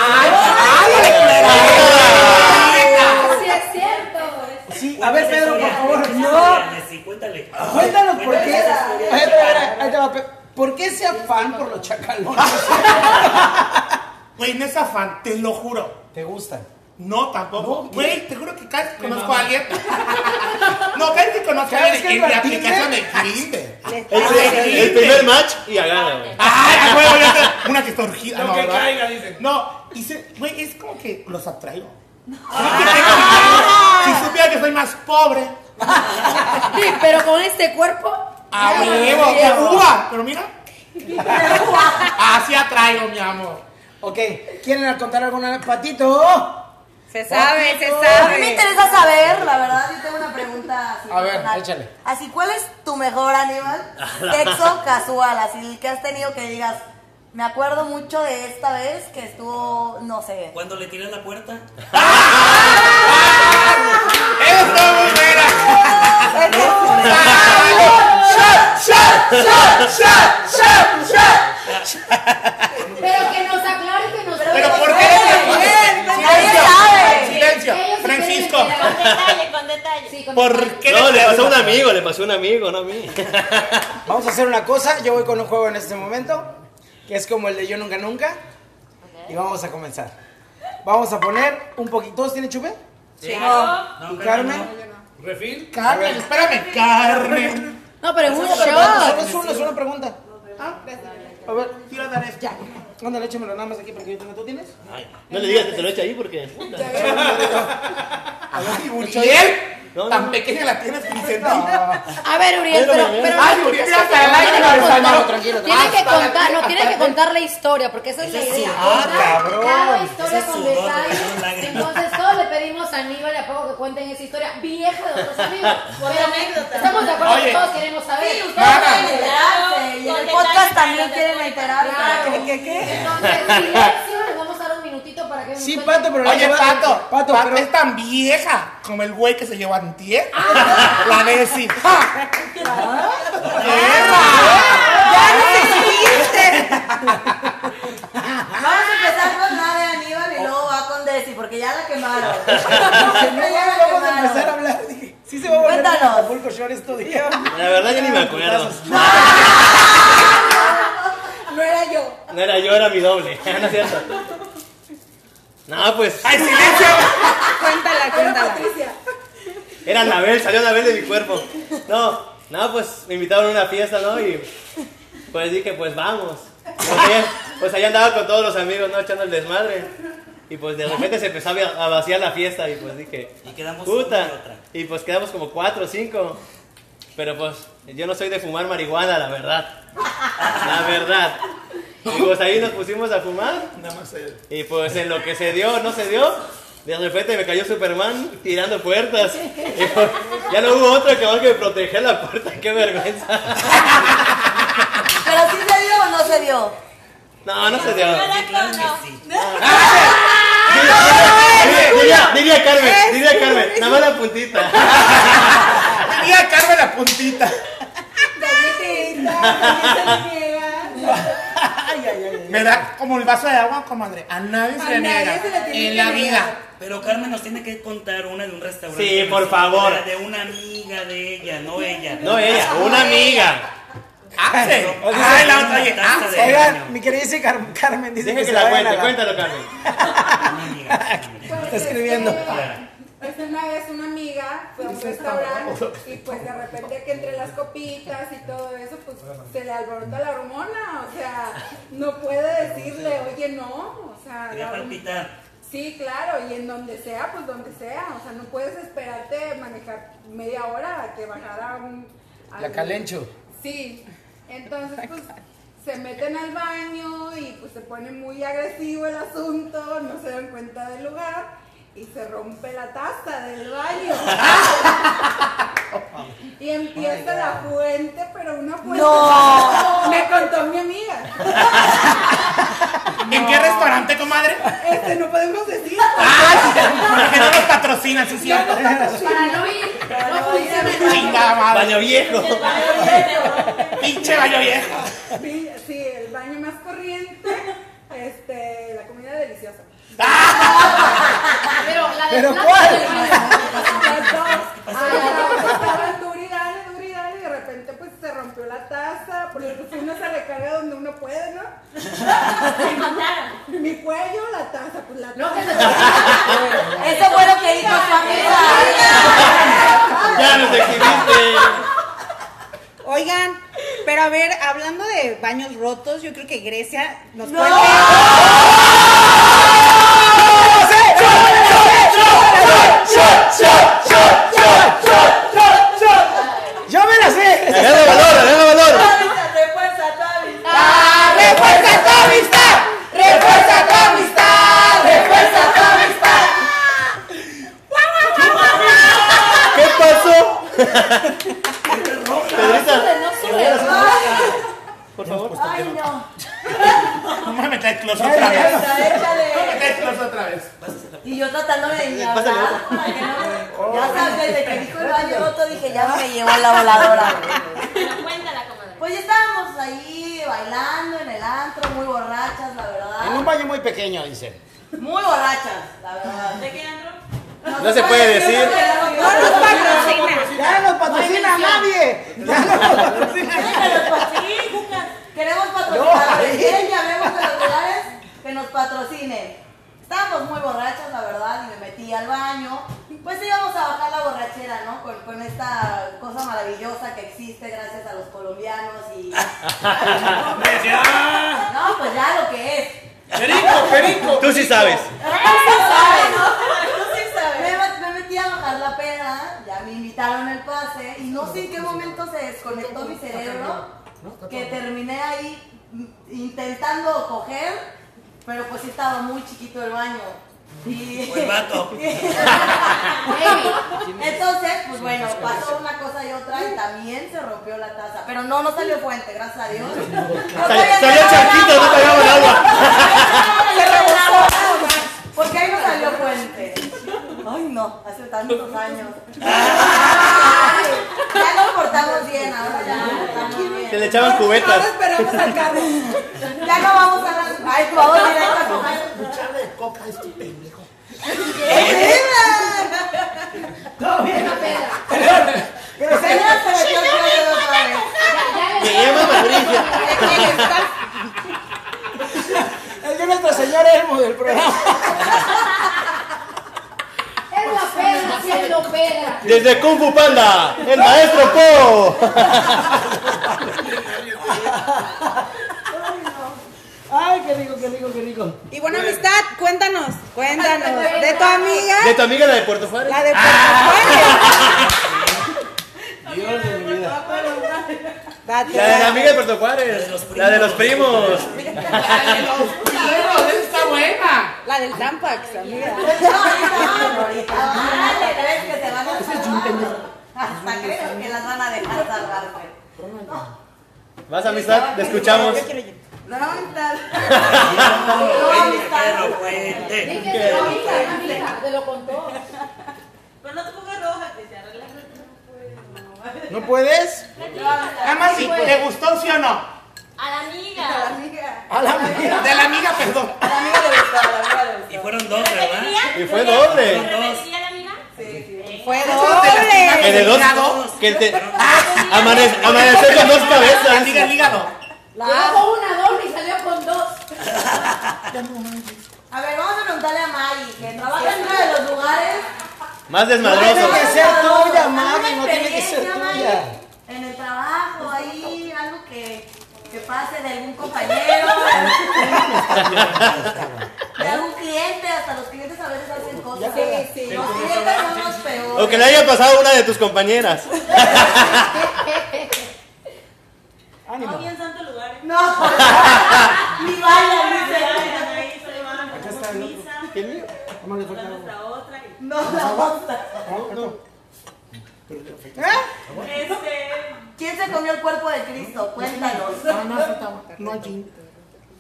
Sí, es cierto. sí, a ver, Pedro, por favor, no. Cuéntale, sí, cuéntale. Cuéntanos por Cuéntale qué. esa historia. Ahí te va, ahí te va, Pe- ¿Por qué se afán por los chacalones? Güey, no es afán, te lo juro. ¿Te gustan? No, tampoco. Güey, te juro que casi conozco a alguien. no, casi conozco a ¿Sabes alguien qué en es la Tinder? aplicación de Tinder. El, el- el primer match Ah, y a gana. güey. Ay, a huevo, ya está. Una que está orgida. Lo no, que ¿verdad? caiga, dicen. No, dice, güey, es como que los atraigo. Si supiera que soy más pobre. Sí, pero con este cuerpo. A ya, huevo, ya. que uva. Pero mira. Así atraigo, mi amor. Ok, ¿quieren contar alguna? Patito. Se sabe, se A mí me interesa saber, la verdad, yo tengo una pregunta así. A ver, personal. échale. Así, ¿cuál es tu mejor animal? Sexo casual, así el que has tenido que digas, me acuerdo mucho de esta vez que estuvo, no sé. Cuando Oh, le tiras la puerta. Pero que nos aclare que nos Pero ¿por qué? Nadie sabe. Silencio. Ellos sí Francisco. tienen que- detalle, con detalle. Sí, con ¿Por qué? No, le pasó a un amigo, le pasó a un amigo, no a mí. Vamos a hacer una cosa. Yo voy con un juego en este momento, que es como el de Yo Nunca Nunca. Y vamos a comenzar. Vamos a poner un poquito. ¿Todos tienen chupe? Sí. No. No, ¿Y Carmen, Carmen? ¿Refil? Carmen, espérame, Carmen. No, pero es un Una pregunta, shot. solo es una, es una pregunta. A ver, tira tan ya. Ándale, échamelo nada más aquí porque yo tengo. ¿Tú tienes? No le digas que te lo eche ahí porque. Ay, Uriel. No, no, Tan no. pequeña la tienes, Vicentita. A ver, Uriel, pero. pero Ay, Uriel, hasta el aire lo desarmó. Tranquilo, Tiene que contar, no, tiene que contar la historia, porque esa es la Ese es idea. sudor, ah, Contar cabrón. cada Ese historia es con sudor, detalles. porque son lágrimas. Entonces, todos le pedimos a Aníbal y a Paco que cuenten esa historia vieja de otros amigos. Pero anécdota. Estamos de acuerdo que Oye. todos queremos saber. Sí, ustedes Nada. quieren enterarse, y en Con el detalle podcast para también los quieren después. enterarse. Claro. ¿Qué, qué, qué? Entonces, silencio, les vamos a dar un minutito para que nos Sí, cuenten. Pato, pero Oye, Pato, Pato, Pato, pero- es tan vieja como el güey que se llevó antier. Ah. La Bessie. ¡Ja! Este. Vamos a empezar con la de Aníbal y luego va con Desi, porque ya la quemaron. ya la Vamos a empezar a quemaron. hablar. Sí se va a volver Cuéntanos. Acapulco Shore esto ah. día. La verdad ya ni me acuerdo. No era yo. No era yo, era mi doble. No es cierto. No, pues. ¡Ay, silencio! Cuéntala, cuéntala. Era Anabel, salió Anabel de mi cuerpo. No, no, pues me invitaron a una fiesta, ¿no? Y pues dije, pues vamos. Pues, allá- pues allá andaba con todos los amigos, ¿no? Echando el desmadre. Y pues de repente se empezó a vi- a vaciar la fiesta y pues dije, Y quedamos una y puta. otra. Y pues quedamos como cuatro o cinco. Pero pues yo no soy de fumar marihuana, la verdad. La verdad. Y pues ahí nos pusimos a fumar. Nada más él. Y pues en lo que se dio, no se dio, de repente me cayó Superman tirando puertas. Y pues, ya no hubo otro que más que proteger la puerta, qué vergüenza. Pero sí se dio o no se dio. No, no se dio. Claro que sí. Diría- Diría, diría Carmen, diría Carmen, nada más la puntita. Tenía Carmen la puntita. Me da como el vaso de agua, comadre. A nadie se le niega. En la vida. Pero Carmen nos tiene que contar una de un restaurante. Sí, por favor. De una amiga de ella, no ella. No ella, una amiga. Hace. O sea, Ay, la una otra. oye, taza hace. de Oigan, baño. mi querida dice Car- Carmen dice Deja que que se la vayan a cuente, la- cuéntalo Carmen. Una amiga. Está escribiendo. Pues una vez una amiga fue a un restaurante y pues de repente que entre las copitas y todo eso, pues se le alborota la hormona, o sea, no puede decirle, oye, no, o sea, Quería la- palpitar. sí, claro, y en donde sea, pues donde sea, o sea, no puedes esperarte manejar media hora a que bajara un... La algún- calencho. Sí, entonces pues se meten al baño y pues se pone muy agresivo el asunto, no se dan cuenta del lugar y se rompe la taza del baño. y empieza la fuente, pero una fuente. Pues, No. Me contó mi amiga. ¿En qué restaurante, comadre? Este no podemos decir. Porque no nos patrocina, sí, cierto. Para no ir, no funciona. Chingada madre. Baño viejo. Pinche baño viejo. Sí, sí, el baño más corriente, este, la comida deliciosa. Pero la de ¿Pero plata cuál? del baño. Las dos. Ah, Estaban duro y dale, duro y dale, y de repente pues se rompió la taza, porque pues uno se recarga donde uno puede, ¿no? Mi cuello, la taza, pues la No, taza. que se- Eso fue lo que dijo su amiga. Ya nos exhibiste. Oigan, pero a ver, hablando de baños rotos, yo creo que Grecia nos No. cuenta. ¡Yo me la sé! Agarra valor, agarra valor. Toda vista, refuerza, toda vista. ¡Refuerza tu amistad! ¡Refuerza tu sea, échale. Esto otra vez. Y yo tratándome de ni hablar. para que no- Ya sabes, desde que dijo el baño roto dije, ya me llevó la voladora. Pues ya estábamos ahí bailando en el antro, muy borrachas, En un la verdad. baño muy pequeño, dicen. Muy borrachas, la verdad. ¿De qué antro? No se puede decir. No nos patrocina. Ya no nos patrocina nadie. Ya no nos patrocina Queremos No, patrocinadores. ahí. Quieren llamemos a los lugares que nos patrocinen. Estábamos muy borrachos, la verdad, y me metí al baño. Pues íbamos a bajar la borrachera, ¿no? Con, con esta cosa maravillosa que existe gracias a los colombianos y. No, pues ya lo que es. Perico, perico. Tú sí sabes. Tú sabes, ¿no? Tú sí sabes. Me, me metí a bajar la peda, ya me invitaron el pase y no sé en qué momento se desconectó mi cerebro, que terminé ahí mm, intentando coger, pero pues sí estaba muy chiquito el baño. Y... Pues vato. Entonces, pues bueno, pasó una cosa y otra y también se rompió la taza. Pero no, no salió fuente, gracias a Dios. No sabía Salió que- charquito, no te el agua. Se rebosó. Porque ahí no salió puente. Ay, no, hace tantos años. Ah. Ay, ya nos portamos bien, ahora ya nos portamos bien. Se le echaban cubetas. Ahora esperamos al carro. Ya no vamos a las. Ay, por favor, directo a comer. Chale de coca, este pendejo. No, bien, no Pero señora, se metió el cuello otra vez. Te lleva Mauricio. Es que nuestra señora Elmo del programa. Es Pues, la peda, haciendo peda. Desde Kung Fu Panda, el maestro Po. Ay, qué rico, qué rico, qué rico. Y buena amistad, cuéntanos, cuéntanos. De tu amiga, De tu amiga la de Puerto Juárez. la de Puerto Dios de mi vida. Juárez. La de la amiga de Puerto Juárez. La de los primos. está buena. La del Tampax, amiga. Ay, ¿crees que se van a salvar? Hasta creo que las van a dejar salvarse. Vas amistad, te escuchamos. No, no, amistad. Puente, No, amistad. perro, puente. Te lo contó. Pero Pues no te pongas roja, que se arregla. ¿No puedes? Nada más si te pues. gustó, sí o no. A la amiga. A la amiga. A la amiga. De la amiga, perdón. A la amiga le gustaba, a la amiga le Y fueron dos, ¿verdad? Y fue doble. ¿Repetí a la amiga? Sí, sí. Fue Que de doble. dos. Que te. Amane- Amanecer con dos cabezas. Amiga, el hígado. Llevó una doble y salió con dos. A ver, vamos a preguntarle a Mari, que trabaja en uno de los lugares. Más No desmadroso. tiene que ser tuya, mami, Alguna no tiene que ser experiencia, Mari, tuya. En el trabajo, ahí, algo que, que pase de algún compañero, de algún cliente, hasta los clientes a veces hacen cosas. Sí, sí. Los clientes son los peores. O que le haya pasado a una de tus compañeras. No, bien santo lugar. No. Ni vaya, ni se ¿Quién mío? Vamos a dejar que- No, la otra. No, no. Este, ¿Quién se comió el cuerpo de Cristo? Cuéntanos. No hay gin.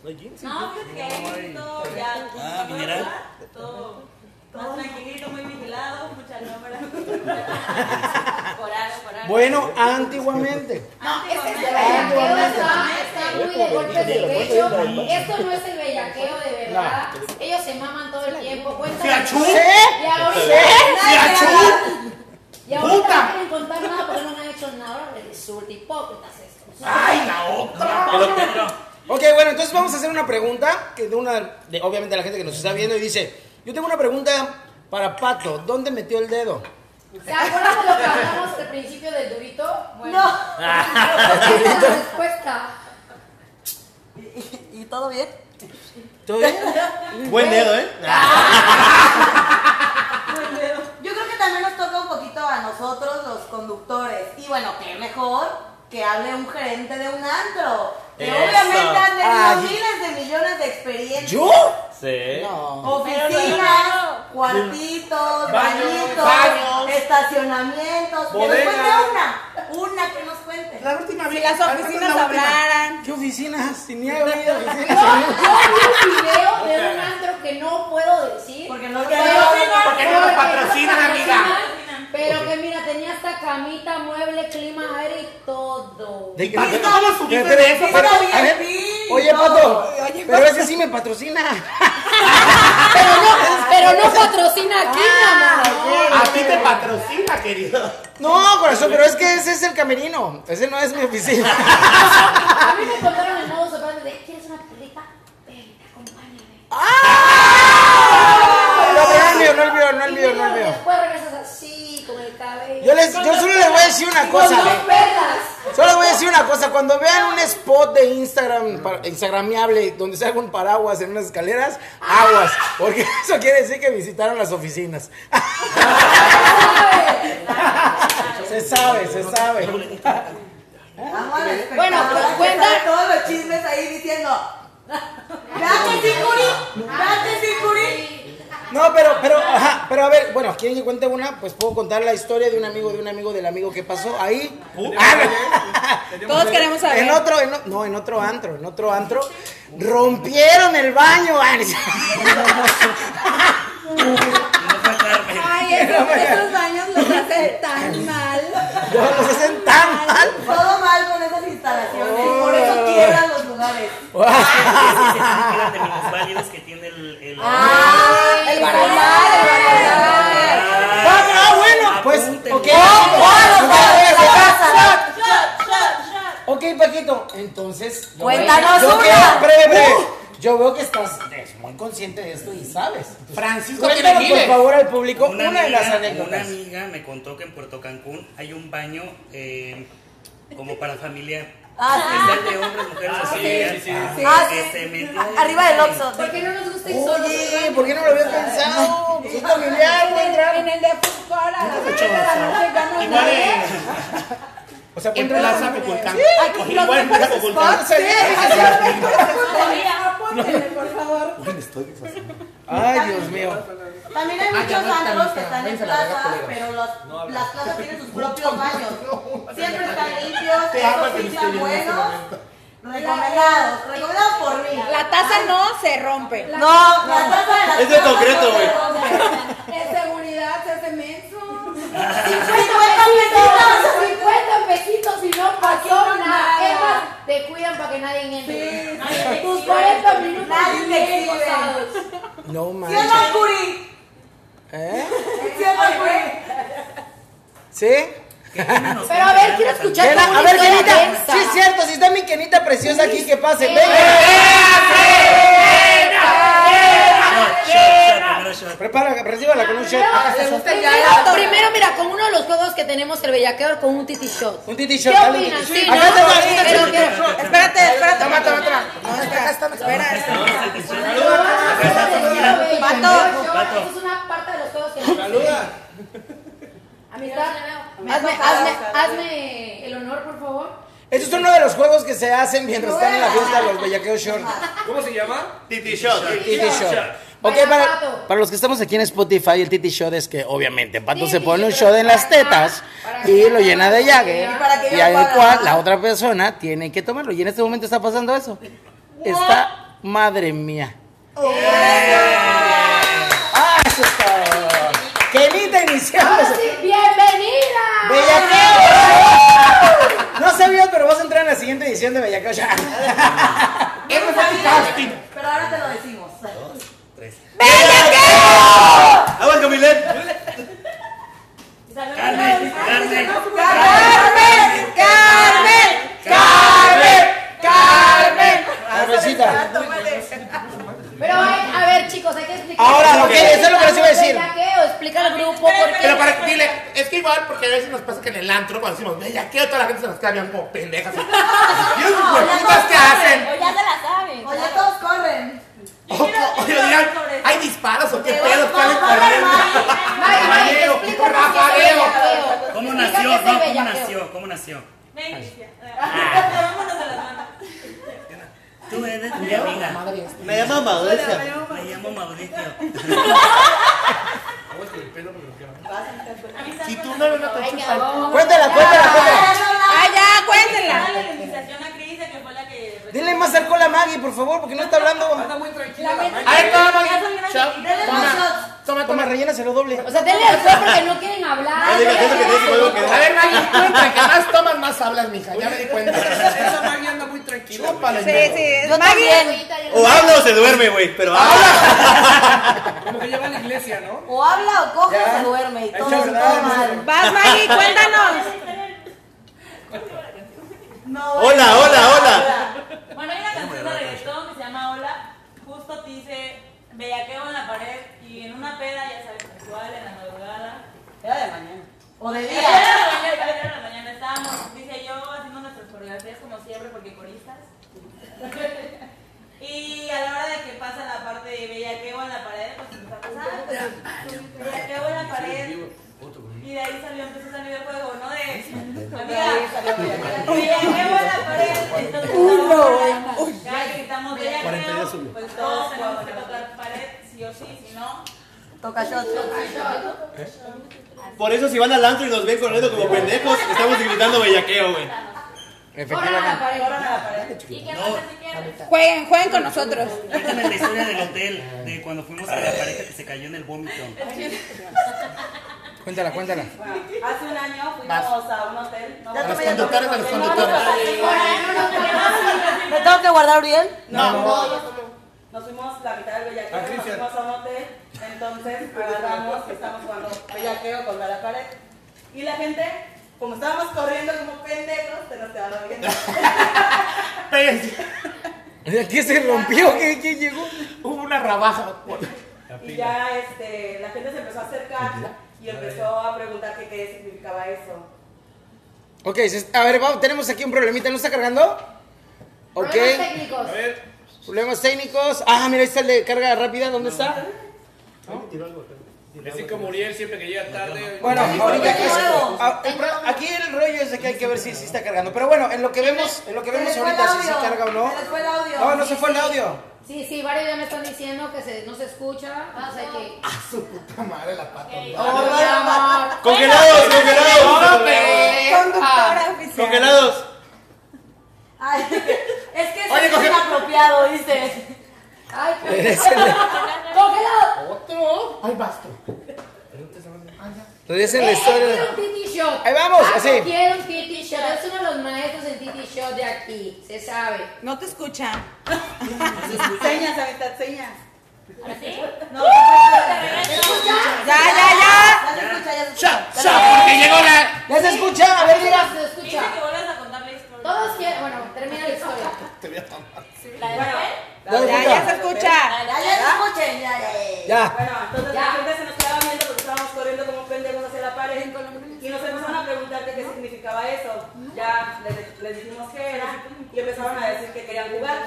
¿No hay gin? No, fíjate que ahí todo ya. Ah, mineral. Todo. Todo tranquilito, muy vigilado, muchas cámaras. Por algo, por algo. Bueno, antiguamente. No, es que este bellaqueo está, Ah, está muy de golpes de pecho. Esto no es el bellaqueo de verdad. Ellos se maman todo el tiempo. Cuéntame. achú? Y ahorita. ¿Sí? ¿Se achú? Y ahorita ¡Puta! no quieren contar nada porque no me han hecho nada. Ahora Resulta hipócritas estos. ¡Ay, la otra! Ok, bueno, entonces vamos a hacer una pregunta que de una, de, obviamente la gente que nos está viendo y dice, yo tengo una pregunta para Pato, ¿dónde metió el dedo? ¿Se acuerdan de lo que hablamos al principio del durito? Bueno, No. esa es la respuesta. ¿Y todo bien? ¿Todo bien? Buen dedo, ¿eh? Yo creo que también nos toca un poquito a nosotros los conductores. Y bueno, qué mejor que hable un gerente de un antro. Que Eso. obviamente han tenido Ah, Ay. miles de millones de experiencias. ¿Yo? Sí. Oficinas, cuartitos, Baños, bañitos, baños, estacionamientos. Que nos bodegas. cuente una. Una que nos cuente. La última Si vez. las la oficinas última- hablaran. ¿Qué oficinas? Si ni he oído Yo, oficinas. yo vi un video de un antro que no puedo decir. Porque no lo patrocinan. Porque no lo patrocinan, amiga. Pero que mira, tenía hasta camita, mueble, clima, aire y todo. ¿De qué? ¿Cómo supiste de eso? Pero- A ver, Oye, Pato, pero ese sí me patrocina. Ah. Pero Ah. no, pero no patrocina aquí, mi amor. A ti te patrocina, querido. No, corazón, pero es que ese es el camerino. Ese no es mi oficina. A mí me contaron el modo operandi de ¿quieres una perrita? Ven, acompáñame. Ah. No, pero no el mío, no el mío, no el mío, no el Y mío. después regresas así, con el cabello. Yo, les, yo solo les voy a decir una cosa. Con dos perlas. Solo les voy a decir una cosa. Cuando vean un spot de Instagram, para- Instagramiable, donde se haga un paraguas en unas escaleras, aguas. Porque eso quiere decir que visitaron las oficinas. Se sabe, se sabe. Bueno, pues, cuenta cuenta- todos los chismes ahí diciendo. ¡Date Sicuri! ¡Date Sicuri! No, pero, pero, ajá, pero a ver, bueno, ¿quieren que cuente una? Pues puedo contar la historia de un amigo, de un amigo, del amigo que pasó ahí. Ah, no. Todos queremos saber. En otro, en o- no, en otro antro, en otro antro. Rompieron el baño. ah, Ay, Ay, esos, esos baños los hacen tan mal. Los hacen tan mal. Todo mal con esas instalaciones. Oh. Por eso quiebran los lugares. Fíjate, los válidos que tiene el. el- el barandal, Ah, bueno, pues, ok. Ok, Paquito, entonces. yo- Cuéntanos yo una. Uh. quiero- breve, breve. Yo veo que estás es, muy consciente de esto y sabes. Francisco Cuéntanos, tiene por miles. favor, al público una, Una, de las amiga, una anécdotas. amiga me contó que en Puerto Cancún hay un baño eh, como para familiar. Ah, Es el de hombres, mujeres, Ah, o sí, familiar. sí, sí, sí. Ah, Ah, sí. Que se metió. Arriba del Oxxo. ¿Por qué no nos gusta ir solos? Oye, ¿por qué no lo había pensado? Pues es familiar, güey, claro. En el de fútbol a las 8 de la noche gana Igual nadie. en. O sea, en puede entrar Plaza la- Coculcán. Sí. Aquí los Igual en Plaza mejores Coculcán. spots. Sí, sí, sí. Apóntenle, por favor. Ay, Dios mío. También hay muchos Ah, no está, antros no está. que están en Váyanse a la verga, plaza, colegas. pero las, las plazas tienen sus propios baños. Siempre están limpios, aguas todos sí del están misterio en este buenos. Recomendados, recomendados por mí. La taza no se rompe. No, la taza de las Es de plazas concreto, no se güey. rompe. En seguridad se hace menso. 50 pesitos, 50 pesitos y no pasó nada. Es más, te cuidan para que nadie entre. sí. Tus 40 minutos Nadie te bien exhibe. gozados. No ¿Sí o no, manches. Curi? ¿Eh? ¿Sí o no, Curi? ¿Sí? Pero a ver, quiero escuchar Ven, toda a una ver, historia Kenita. densa. Sí, es cierto. Si está mi Kenita preciosa aquí, que pase. Sí. Shot, shot, shot, primero shot. Prepara, recíbala con un shot. Primero, primero, mira, con uno de los juegos que tenemos el bellaqueador con un titi shot. Un titi ¿Qué shot. dale un opinas? titi shot. Acá Sí, ¿no? está, aquí está el Pero shot. que- Espérate, espérate. Toma, toma, toma. No, espera, espera. Pato. Eso es una parte de los juegos que Saluda. Amistad, Me hazme, toca, hazme, o sea, hazme el honor, por favor. Este es uno de los juegos que se hacen mientras están en la fiesta de los bellaqueos short. ¿Cómo se llama? Titi Shot. Titi shot. Ok, Baila, para, Pato. para los que estamos aquí en Spotify, el titi shot es que obviamente Pato Sí, se sí, pone un pero shot en para las acá, tetas para y acá, lo llena de para llague acá. Para que y yo al pueda cual grabar. la otra persona tiene que tomarlo. Y en este momento está pasando eso. Está, madre mía. ¡Ah, eso es todo! ¡Kenita Ahora iniciamos! sí, bienvenida. ¡Bellaqueo! No sabías, pero vas a entrar en la siguiente edición de Bellaqueo ya. Ah, No sabía, Pero ahora te lo decimos. Aguas, Camilet. Carmen, Carmen. ¡Carmen! ¡Carmen! ¡Carmen! ¡Carmen! Carmencita. Pero hay- a ver, chicos, hay que explicar. Ahora, ok, eso es lo que les iba a decir. Bellaqueo, explica al grupo por qué. Pero para que dile, es que igual, porque a veces nos pasa que en el antro, cuando decimos, bellaqueo, toda la gente se nos queda bien como pendejas. así. ¿Y esos No, ya hueputas no que saben. hacen? O ya se la saben. Oye, todos corren. O- o- o dirán, ¿hay disparos o qué pedo? ¿Salen corriendo? Mari, Mari, Rafaeleo, explícanos qué es el Rafaeleo. bellaqueo. ¿Cómo Explica nació? qué es el No, ¿cómo bellaqueo. nació? ¿Cómo nació? Ven, Cristian. Vámonos a las manos. Tú eres mi amiga. Me llama Mauricio. Me llamo Mauricio. Si tú no lo notas, Ay, mi amor. Cuéntala, cuéntala, cuéntala. Ah, ya, cuenta. a Maggie, por favor, porque no Ah, está hablando. Anda muy tranquila. Ahí está, Maggie. Chao. Toma, toma, toma, rellénaselo doble. O sea, denle al sol porque no quieren hablar. Oye, Maggie, Denle tienes que- al sol. A ver, Maggie, tú entre que más tomas, más hablas, mija. Ya me di cuenta. Esa Maggie anda muy tranquila. Chúpale, Sí, mija. sí. Yo Maggie. O habla o se duerme, güey, pero habla. Como que ya va a la iglesia, ¿no? O habla o coge o se duerme y todo, todo mal. Vas, Maggie, cuéntanos. No, Hola, bueno, hola, hola. Bueno, hay una canción de reggaetón que se llama Hola. Justo te hice bellaqueo en la pared y en una peda, ya sabes, sexual, en la madrugada. Era de mañana. O de Era de día. la mañana, era de la mañana. Estábamos, dice yo, haciendo nuestras coreografías como siempre porque coristas. Y a la hora de que pasa la parte de bellaqueo en la pared, pues empezó a pasar. pues, Bellaqueo en la pared. Y de ahí salió, empezó a salir el juego, ¿no? De, amiga, bellaqueo en la pared. Entonces, ya gritamos bellaqueo, pues todos tenemos que tocar pared, sí o sí, si no... Toca shot. Por eso si van al antro y nos ven corriendo como pendejos, estamos gritando bellaqueo, güey. Corran a la pared. ¿Y qué pasa si quieres? Jueguen, jueguen con nosotros. Cuéntame la historia del hotel, de cuando fuimos a la pareja que se cayó en el vómito. Cuéntala, cuéntala. Hace un año fuimos a un hotel. No, Ya vamos tomé, a ya un hotel. tomé. No, no, no, ¿Me tengo que guardar, Uriel? No, no, no, no. Nos fuimos la mitad del bellaqueo, nos fuimos a un hotel. Entonces agarramos y estamos jugando bellaqueo contra la pared. Y la gente, como estábamos corriendo como pendejos, se nos quedaron viendo. ¿Qué Pues, se rompió? ¿Qué, qué llegó? Hubo una rabaja. Y ya este, la gente se empezó a acercar y empezó a preguntar que qué significaba eso. Ok, se- a ver, vamos, tenemos aquí un problemita, ¿no está cargando? Ok. Problemas técnicos. Problemas técnicos. Ah, mira, ahí está el de carga rápida, ¿dónde está? Así como Uriel siempre que llega tarde. Bueno, ahorita aquí, es- Nuevo. ah, el pro- aquí el rollo es de que hay que ver si, si está cargando. Pero bueno, en lo que vemos, en lo que Se vemos les fue el ahorita, si se audio. carga o no. Se les fue el audio. No, no se fue el audio. Sí, sí, varios ya me están diciendo que se, no se escucha. O sea que. Puta madre la pata. Congelados, congelados. Conductora oficial. Congelados. Ay, es que Oye, eso coge- es inapropiado, dice. Ay, Eres el de- ¡Congelado! Otro. Ay, basto. Regresen la Eh, eh, historia. quiero un titi shot. Ahí vamos, Ah, así. Quiero un titi shot. Es uno de los maestros en titi shot de aquí. Se sabe. No te escuchan. Señas, amistad, señas. ¿Así? No, ya, Ya, ya, ya se escucha, ya se Ya, escucha. ya, porque llegó la. ¿Ya se escucha? A ver, mira. Se Dice que escucha. vuelvas a contar la historia. Todos quieren. Bueno, termina la historia. La de Rafael. Ya ya. se Ya, escucha. ya se escucha. Ya, ya se escuchen, ya, ya. Ya. Bueno, entonces Ya. la gente se nos quedaba viendo porque estábamos corriendo como pendejos hacia la pared y nos empezaron a preguntar que qué significaba eso. Ya les, les dijimos qué era y empezaron a decir que querían jugar.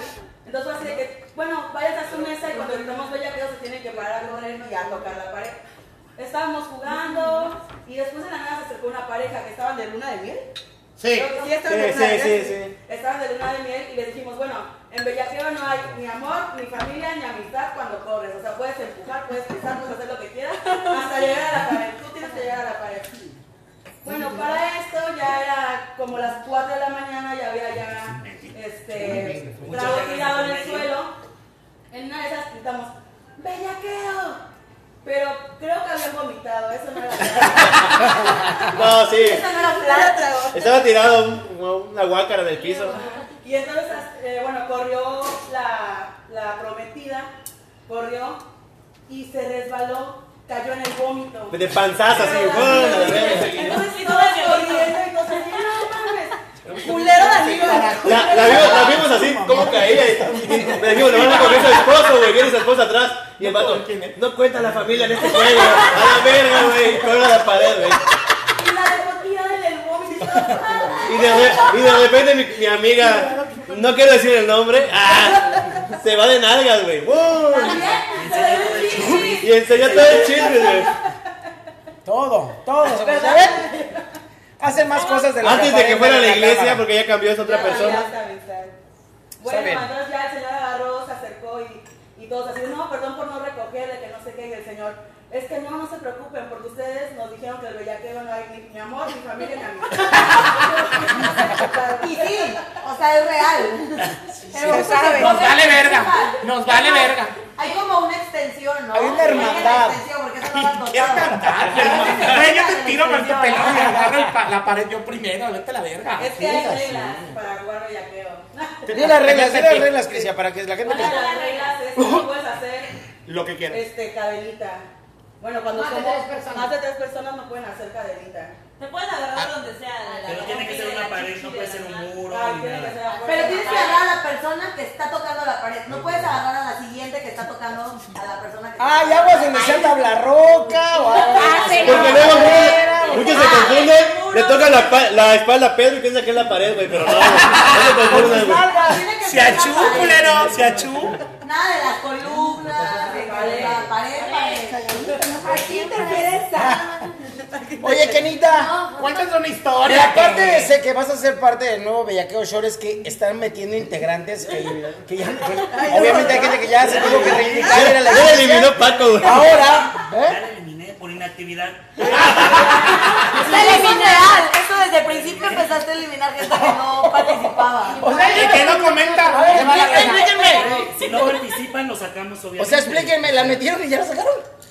Entonces fue así de que, bueno, vayas a su mesa y cuando gritamos bellaqueo se tienen que parar a correr y a tocar la pared. Estábamos jugando y después de la nada se acercó una pareja que estaban de luna de miel. Sí. Creo que sí, estaban Sí, de luna de sí, miel. sí, sí. Estaban de luna de miel y les dijimos, bueno, en bellaqueo no hay ni amor, ni familia, ni amistad cuando corres. O sea, puedes empujar, puedes pisar, puedes hacer lo que quieras hasta llegar a la pared. Tú tienes que llegar a la pared. Bueno, para esto ya era como las 4 de la mañana, ya había ya este, trago tirado en el suelo. En una de esas gritamos, ¡Bellaqueo! Pero creo que habían vomitado, eso no era No, sí. Eso no era plata. Estaba tirado un- una guácara del piso. Y entonces, eh, bueno, corrió la, la prometida, corrió y se resbaló, cayó en el vómito. De panzazo así. ¡guau! a la verga. Entonces todos corriendo y todos así, no mames, culero Danilo. La, la vimos, la vimos así, como caía. y- y- y Le dijimos, le van a coger su esposo, güey. Viene su esposa atrás. Y el vato, no cuenta la familia en este juego. A la verga, güey. Corre a la pared, güey. Y la dejó tirada en el vómito. Y de, re- y de repente mi, mi amiga, no quiero decir el nombre, ah, se va de nalgas, güey. ¡Wow! También se le dio el chichi. Y enseñó todo el chisme, güey. Todo, todo. se escucha. ¿Ven? Hacen más cosas de las Antes de que aparentan fuera a en la iglesia, cámara. porque ya cambió, es otra Ya, ya persona. está, está. Bueno, bien. entonces ya el señor agarró, se acercó y, y todos así, no, perdón por no recogerle, que no sé qué, y el señor, es que no, no se preocupen, porque ustedes nos dijeron que el bellaqueo no hay ni mi amor, ni familia, ni amistad. Y sí, o sea, es real. Pero sí, pues, saben. Nos vale verga, nos vale Ajá, verga. Hay como una extensión, ¿no? Hay una hermandad. Hay una extensión, porque eso no la Quiero tocaron. cantar, güey. Yo te tiro por tu pelado y agarro el pa- la pared yo primero, vete a la verga. Es que hay reglas para jugar bellaqueo. Dile las reglas, dile las reglas, Crisia, para que la gente Una de las te... reglas es que no puedes hacer Lo que quieras. Este, cadenita. Bueno, cuando Más de somos tres personas. más de tres personas no pueden hacer cadenita. Se pueden Ah. agarrar donde sea. Pero tiene que ser una pared, no puede ser un muro ni nada. Pero tienes que agarrar a la persona que está tocando la pared. No puedes agarrar a la siguiente que está tocando a la persona que Ah, Ah, ya vas a iniciar tabla roca o algo. Porque luego muchos, muchos se confunden, le tocan la, pa- la espalda a Pedro y piensa que es la pared, güey, pero no, güey, no se confundan, güey. Se achú, culero, se achú. Nada de las columnas, de la pared, pared. Aquí interesa. Oye, Kenita. Cuéntanos una historia. La parte de que- ese que vas a ser parte del nuevo Bellaqueo Shore es que están metiendo integrantes que, que ya. obviamente hay gente que ya se tuvo que reivindicar. Era la Ya le iglesia. eliminó Paco, güey. Ahora. Ya la eliminé por inactividad. Eso es real. Eso desde el principio empezaste a eliminar gente que no participaba. O sea, que no comenta. A ver, le va la explí- pena. explíquenme. Si no participan, lo sacamos obviamente. O sea, explíquenme, la metieron y ya la sacaron.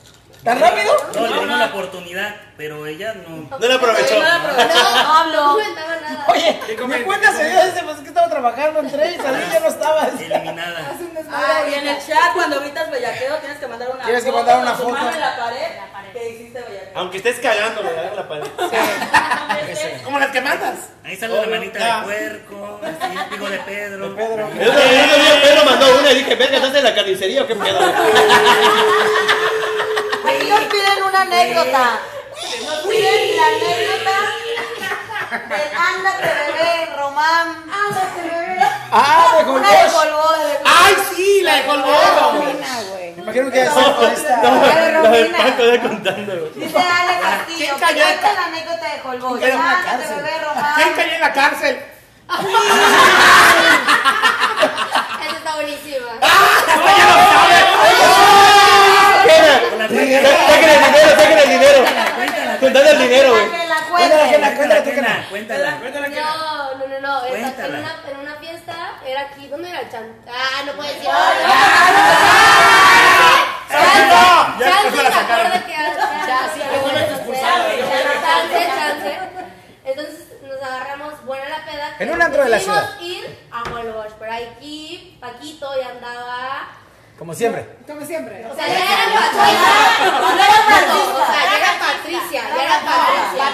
¿Tan rápido? No, le dimos la oportunidad, pero ella no. No la aprovechó. No hablo. Oye, me cuentas ese, pues que estaba trabajando, entré y salí, ya no estabas. Eliminada. Ah, y en el chat cuando gritas pues, bellaqueo tienes que mandar una Tienes que mandar una con tu mano foto. en la pared que hiciste bellaqueo. Aunque estés cagando, le dan la pared. Como las que mandas. Ahí sale la manita de puerco, así, digo de Pedro. El otro, el otro día Pedro mandó una y dije, verga, ¿estás en la carnicería o qué pedo? Aquí nos Pues piden una anécdota. Nos piden la anécdota del ándate bebé, Román. Ándate bebé. Ah, de Una de Golbosch. Colbón. ¡Ay, sí! La de Colboro. Romina, güey. Imagino que ya se fue esta. No, no, el Paco ya contando, güey. Dice Ale Castillo, ¿Quién cayó? cuenta la anécdota de Colbón. Era una Ándate cárcel. bebé, ¿Quién Román. Ah, cayó en la cárcel? Esa está buenísima. Saquen el dinero, saquen el dinero. Contando el dinero, güey. Que la Cuéntala, cuente. cuéntala, cuéntala, tú que Cuéntala, la- cuéntala. No, no, no, no. esa- En Cuéntala. una, en una fiesta era aquí. ¿Dónde era el chan? Ah, no puedes decir. ¡Santo! Chance, me acuerdo que era chance. Chance, chance. Entonces nos agarramos buena la peda. En un antro de la Decidimos ciudad. ir a Molbosch, pero aquí Paquito ya andaba... Como siempre. Como siempre. O sea, ya era Patricia. No era Patricia. O sea, ya era Patricia. Ya era Patricia.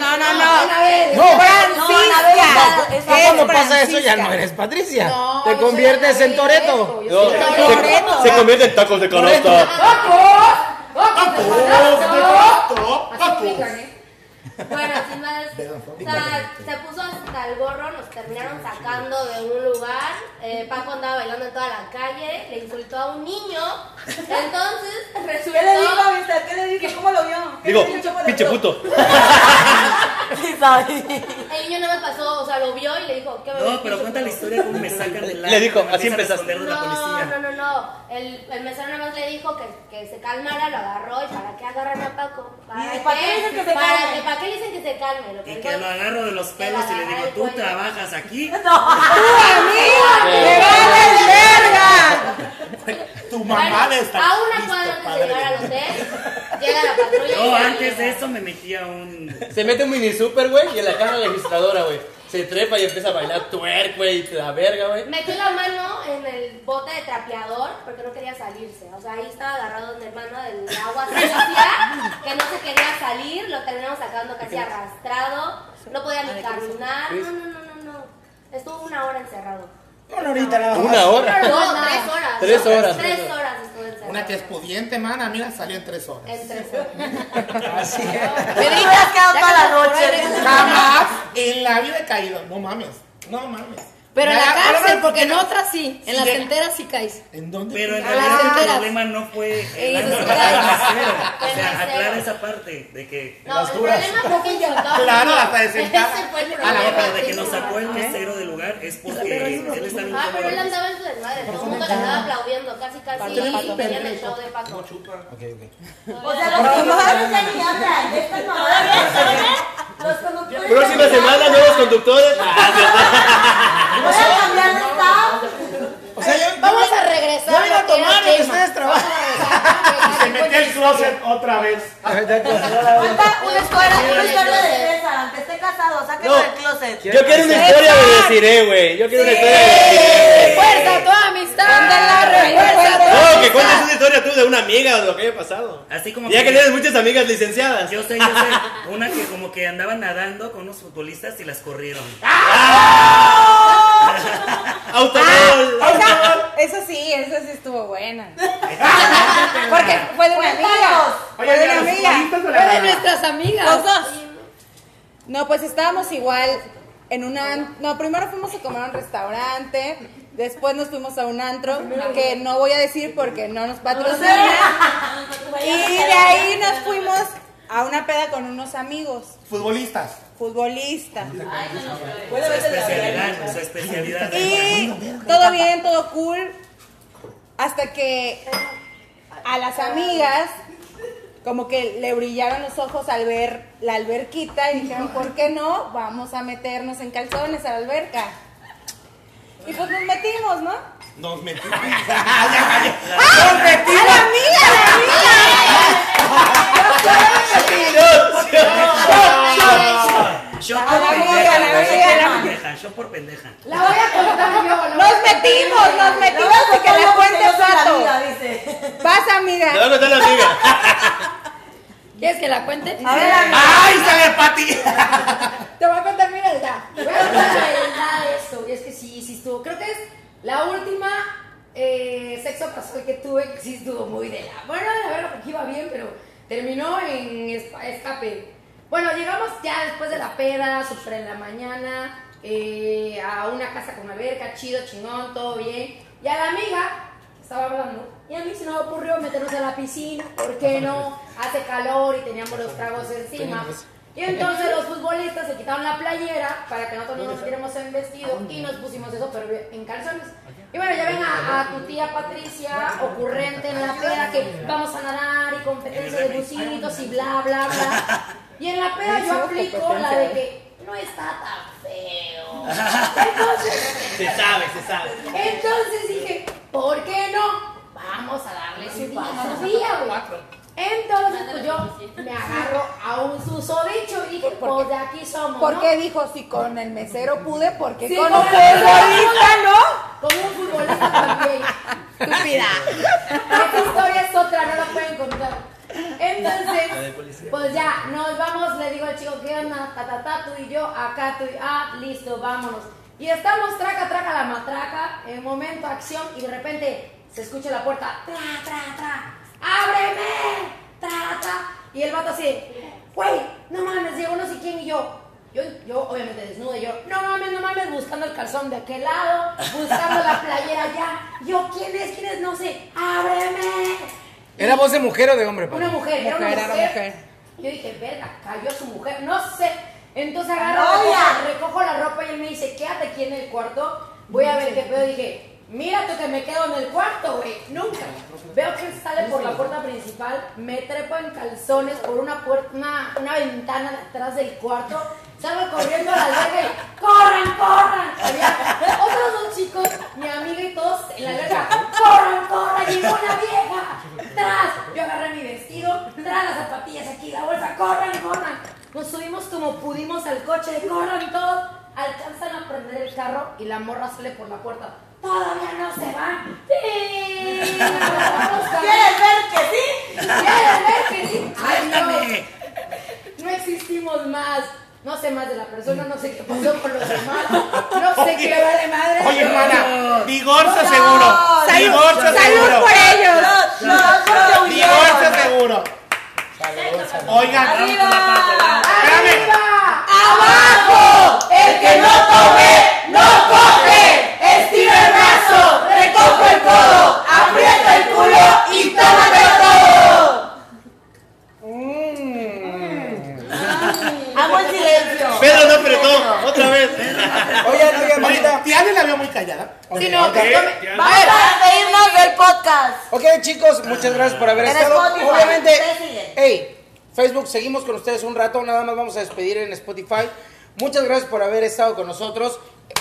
No, no, no. No, Francisca. no, Anabel. No, Es cuando pasa eso ya Francisca. no eres Patricia. No, Te yo soy conviertes en Anabel, Toreto. yo No, soy Toreto. se, se convierte en tacos de canasta. Bueno, sin más. O sea, se puso hasta el gorro, nos terminaron sacando de un lugar. eh, Paco andaba bailando en toda la calle, le insultó a un niño. Entonces, ¿Qué le dijo, resultó. amistad? ¿Qué le dijo? ¿Cómo lo vio? ¿Qué Digo, le dijo? pinche puto. Sí, sabe. El niño no me pasó, o sea, lo vio y le dijo, ¿qué me No, pero cuenta la historia cómo me sacan del Le dijo, acto, me así empiezan a empezaste. esconder de la No, no, policía. no, no. El, el mesero nada más le dijo que, que se calmara, lo agarró. ¿Y para qué agarran a Paco? ¿Y para qué dicen que se para calme? que- ¿Para qué le dicen que se calme? Lo que Y dijo que lo agarro de los pelos y le digo, tú trabajas aquí. Tu mamá de Bueno, esta. A una cuadra antes de llegar al hotel, llega la patrulla. No, y se antes lleva. de eso me metí a un. Se mete un mini super, güey, y en la cama registradora, güey. Se trepa y empieza a bailar twerk, güey, la verga, güey. Metió la mano en el bote de trapeador porque no quería salirse. O sea, ahí estaba agarrado de mano del agua sucia, que no se quería salir. Lo terminamos sacando casi arrastrado. No podía ni caminar. No, no, no, no, no. Estuvo una hora encerrado. Una horita nada más. Una hora. No, tres horas. Tres horas, Tres tres horas estuvo encerrado. Una que es pudiente, mana. Mira, salió en tres horas. En tres horas. Así es. Me has quedado toda la noche. Jamás en la vida he caído. No mames. No mames. Pero en la Ahora- ahora cárcel, me- porque en otras sí. En Sí las llega. enteras sí caes. ¿En dónde? Pero en Ah, realidad las el enteras. problema no fue el Ellos ano, los traen. cero. O Los sea, aclara traen. esa parte de que. No, Las el duras. problema fue que insultó. Claro, Ese hasta fue el A la problema. ¿Eh? hora de que nos sacó el mesero del lugar es Pero hay porque uno- él está bien Ah, pero él cómodo. andaba en su desmadre, todo el mundo le andaba aplaudiendo, casi casi Pato, pato, querían el perrito. show de Paco. O sea, los conductores ya ni hablan. de Estas mamadas que salen, los conductores. Próxima ya ni semana, hablan. nuevos conductores. Voy a cambiar de estado. O sea, yo- Vamos yo- a regresar Yo vine a a lo que era tomar y tema. ustedes trabajan. Se metió el closet otra vez. Falta una historia, una historia de César, aunque esté casado, sáquenlo No. del closet. Yo quiero una historia de Desiree, güey. Yo quiero una historia de Desiree. Fuerza tu amistad. Fuerza tu No, que amistad. cuentes una historia tú de una amiga o de lo que haya pasado. Así como Ya que- que tienes muchas amigas licenciadas. Yo sé, yo sé. Una que como que andaba nadando con unos futbolistas y las corrieron. ¡Autogol! Esa, esa sí, esa sí estuvo buena. Porque fue de una amiga. Fue de una amiga. Fue de nuestras amigas. Los dos. No, pues estábamos igual en un an- No, primero fuimos a comer a un restaurante. Después nos fuimos a un antro que no voy a decir porque no nos patrocina. Y de ahí nos fuimos a una peda con unos amigos Futbolistas. futbolistas. Su especialidad, su especialidad. Y todo bien, todo cool. Hasta que a las amigas como que le brillaron los ojos al ver la alberquita y dijeron, ¿por qué no? Vamos a meternos en calzones a la alberca. Y pues nos metimos, ¿no? Nos metimos. Nos ¡A la amiga, a la amiga! Yo A por la amiga, pendeja, yo por a la amiga, a la amiga. pendeja, yo por pendeja. La voy a contar yo. la voy Nos a contar. metimos, nos metimos porque la cuente yo soy la Pato. amiga, dice. Pasa, Te va a amiga. contar la amiga. ¿Quieres que la cuente? A ver, amiga. ¡Ay, sabe Pati! Te voy a contar mi realidad. Te voy a contar mi realidad de esto. Y es que sí, sí estuvo. Creo que es la última eh, sexo casual que tuve. que Sí estuvo muy de la. Bueno, la verdad, porque iba bien, pero terminó en espa- escape. Bueno, llegamos ya después de la peda, súper en la mañana, eh, a una casa con alberca, chido, chingón, todo bien. Y a la amiga estaba hablando. Y a mí se nos ocurrió meternos a la piscina, ¿por qué no? Hace calor y teníamos los tragos encima. Y entonces los futbolistas se quitaron la playera para que nosotros no nos metiéramos en vestido y nos pusimos eso, pero en calzones. Y bueno, ya ven a, a tu tía Patricia, ocurrente en la peda, que vamos a nadar y competencia de bucitos y bla, bla, bla. Y en la peda yo aplico la de que no está tan feo. Entonces, Se sabe, se sabe. entonces dije, ¿por qué no? Vamos a darle su día, su día, güey. Entonces, pues yo me agarro a un susodicho y dije, pues de aquí somos, ¿no? Porque dijo, si con el mesero pude, porque Sí, con con un el- futbolista, ¿no? Como un futbolista también. Estúpida. Esta historia es otra, no la pueden contar. Entonces, pues ya, nos vamos, le digo al chico, ¿qué onda? Ta, ta, ta, tú y yo, acá tú y ah, listo, vámonos. Y estamos traca, traca, la matraca, en momento, acción, y de repente se escucha la puerta, tra, tra, tra, ábreme, tra, tra. Y el vato así, güey, no mames, llegó no sé quién y yo. Yo, yo obviamente desnuda, yo, no mames, no mames, buscando el calzón de aquel lado, buscando la playera allá. Yo, ¿quién es? ¿Quién es? No sé, ábreme. ¿Era voz de mujer o de hombre, Una mujer, era una Mujer, mujer. era mujer. Yo dije, verga, cayó su mujer, no sé. Entonces agarro, ¡Novia! recojo, recojo la ropa y él me dice, quédate aquí en el cuarto, voy a ver qué pedo. Dije, mira tú que me quedo en el cuarto, güey, nunca. Veo que él sale por la puerta principal, me trepo en calzones por una puerta, una, una ventana de atrás del cuarto, salgo corriendo a la alberca y ¡corran, corran! Había otros dos chicos, mi amiga y todos en la alberca, ¡corran, corran! ¡Llegó una vieja! ¡Tras! Yo agarré mi vestido, tras las zapatillas aquí, la bolsa, ¡corran, corran! Nos subimos como pudimos al coche, de ¡corran todos! Alcanzan a prender el carro y la morra sale por la puerta. Todavía no se van. ¡Sí! ¿Quieres ver que sí? ¿Quieres ver que sí? Ay, Suéltame. no. No existimos más. No sé más de la persona, no sé qué pasó con los demás. No sé qué va de madre. Oye, hermana, divorcio No. seguro. Salud, Divorcio salud seguro. por ellos. No, no, no, Divorcio seguro. Oigan, ¡Arriba! espérame. ¡Arriba! ¡Abajo! ¡El que no tome, no coge! Mm. Mm. ¿eh? yo muy callada. Sí, no, pues, no me- vamos a despedirnos del podcast. Ok, chicos, muchas gracias por haber En estado. Spotify, Obviamente, ustedes siguen. hey, Facebook, seguimos con ustedes un rato, nada más vamos a despedir en Spotify. Muchas gracias por haber estado con nosotros.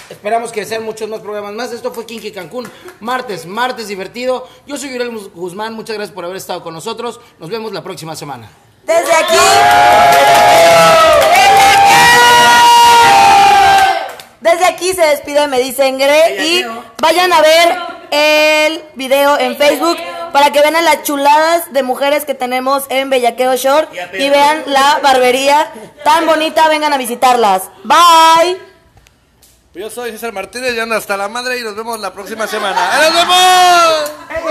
Esperamos que sean muchos más programas más. Esto fue Kinky Cancún, martes, martes divertido. Yo soy Yuriel Mus- Guzmán, muchas gracias por haber estado con nosotros. Nos vemos la próxima semana. Desde aquí. Desde aquí se despide, me dicen Gre. Y vayan a ver el video en Facebook para que vean a las chuladas de mujeres que tenemos en Bellaqueo Short y vean la barbería tan bonita. Vengan a visitarlas. Bye. Pues Yo soy César Martínez y ando hasta la madre y nos vemos la próxima semana. ¡Ahí ¡Nos vemos!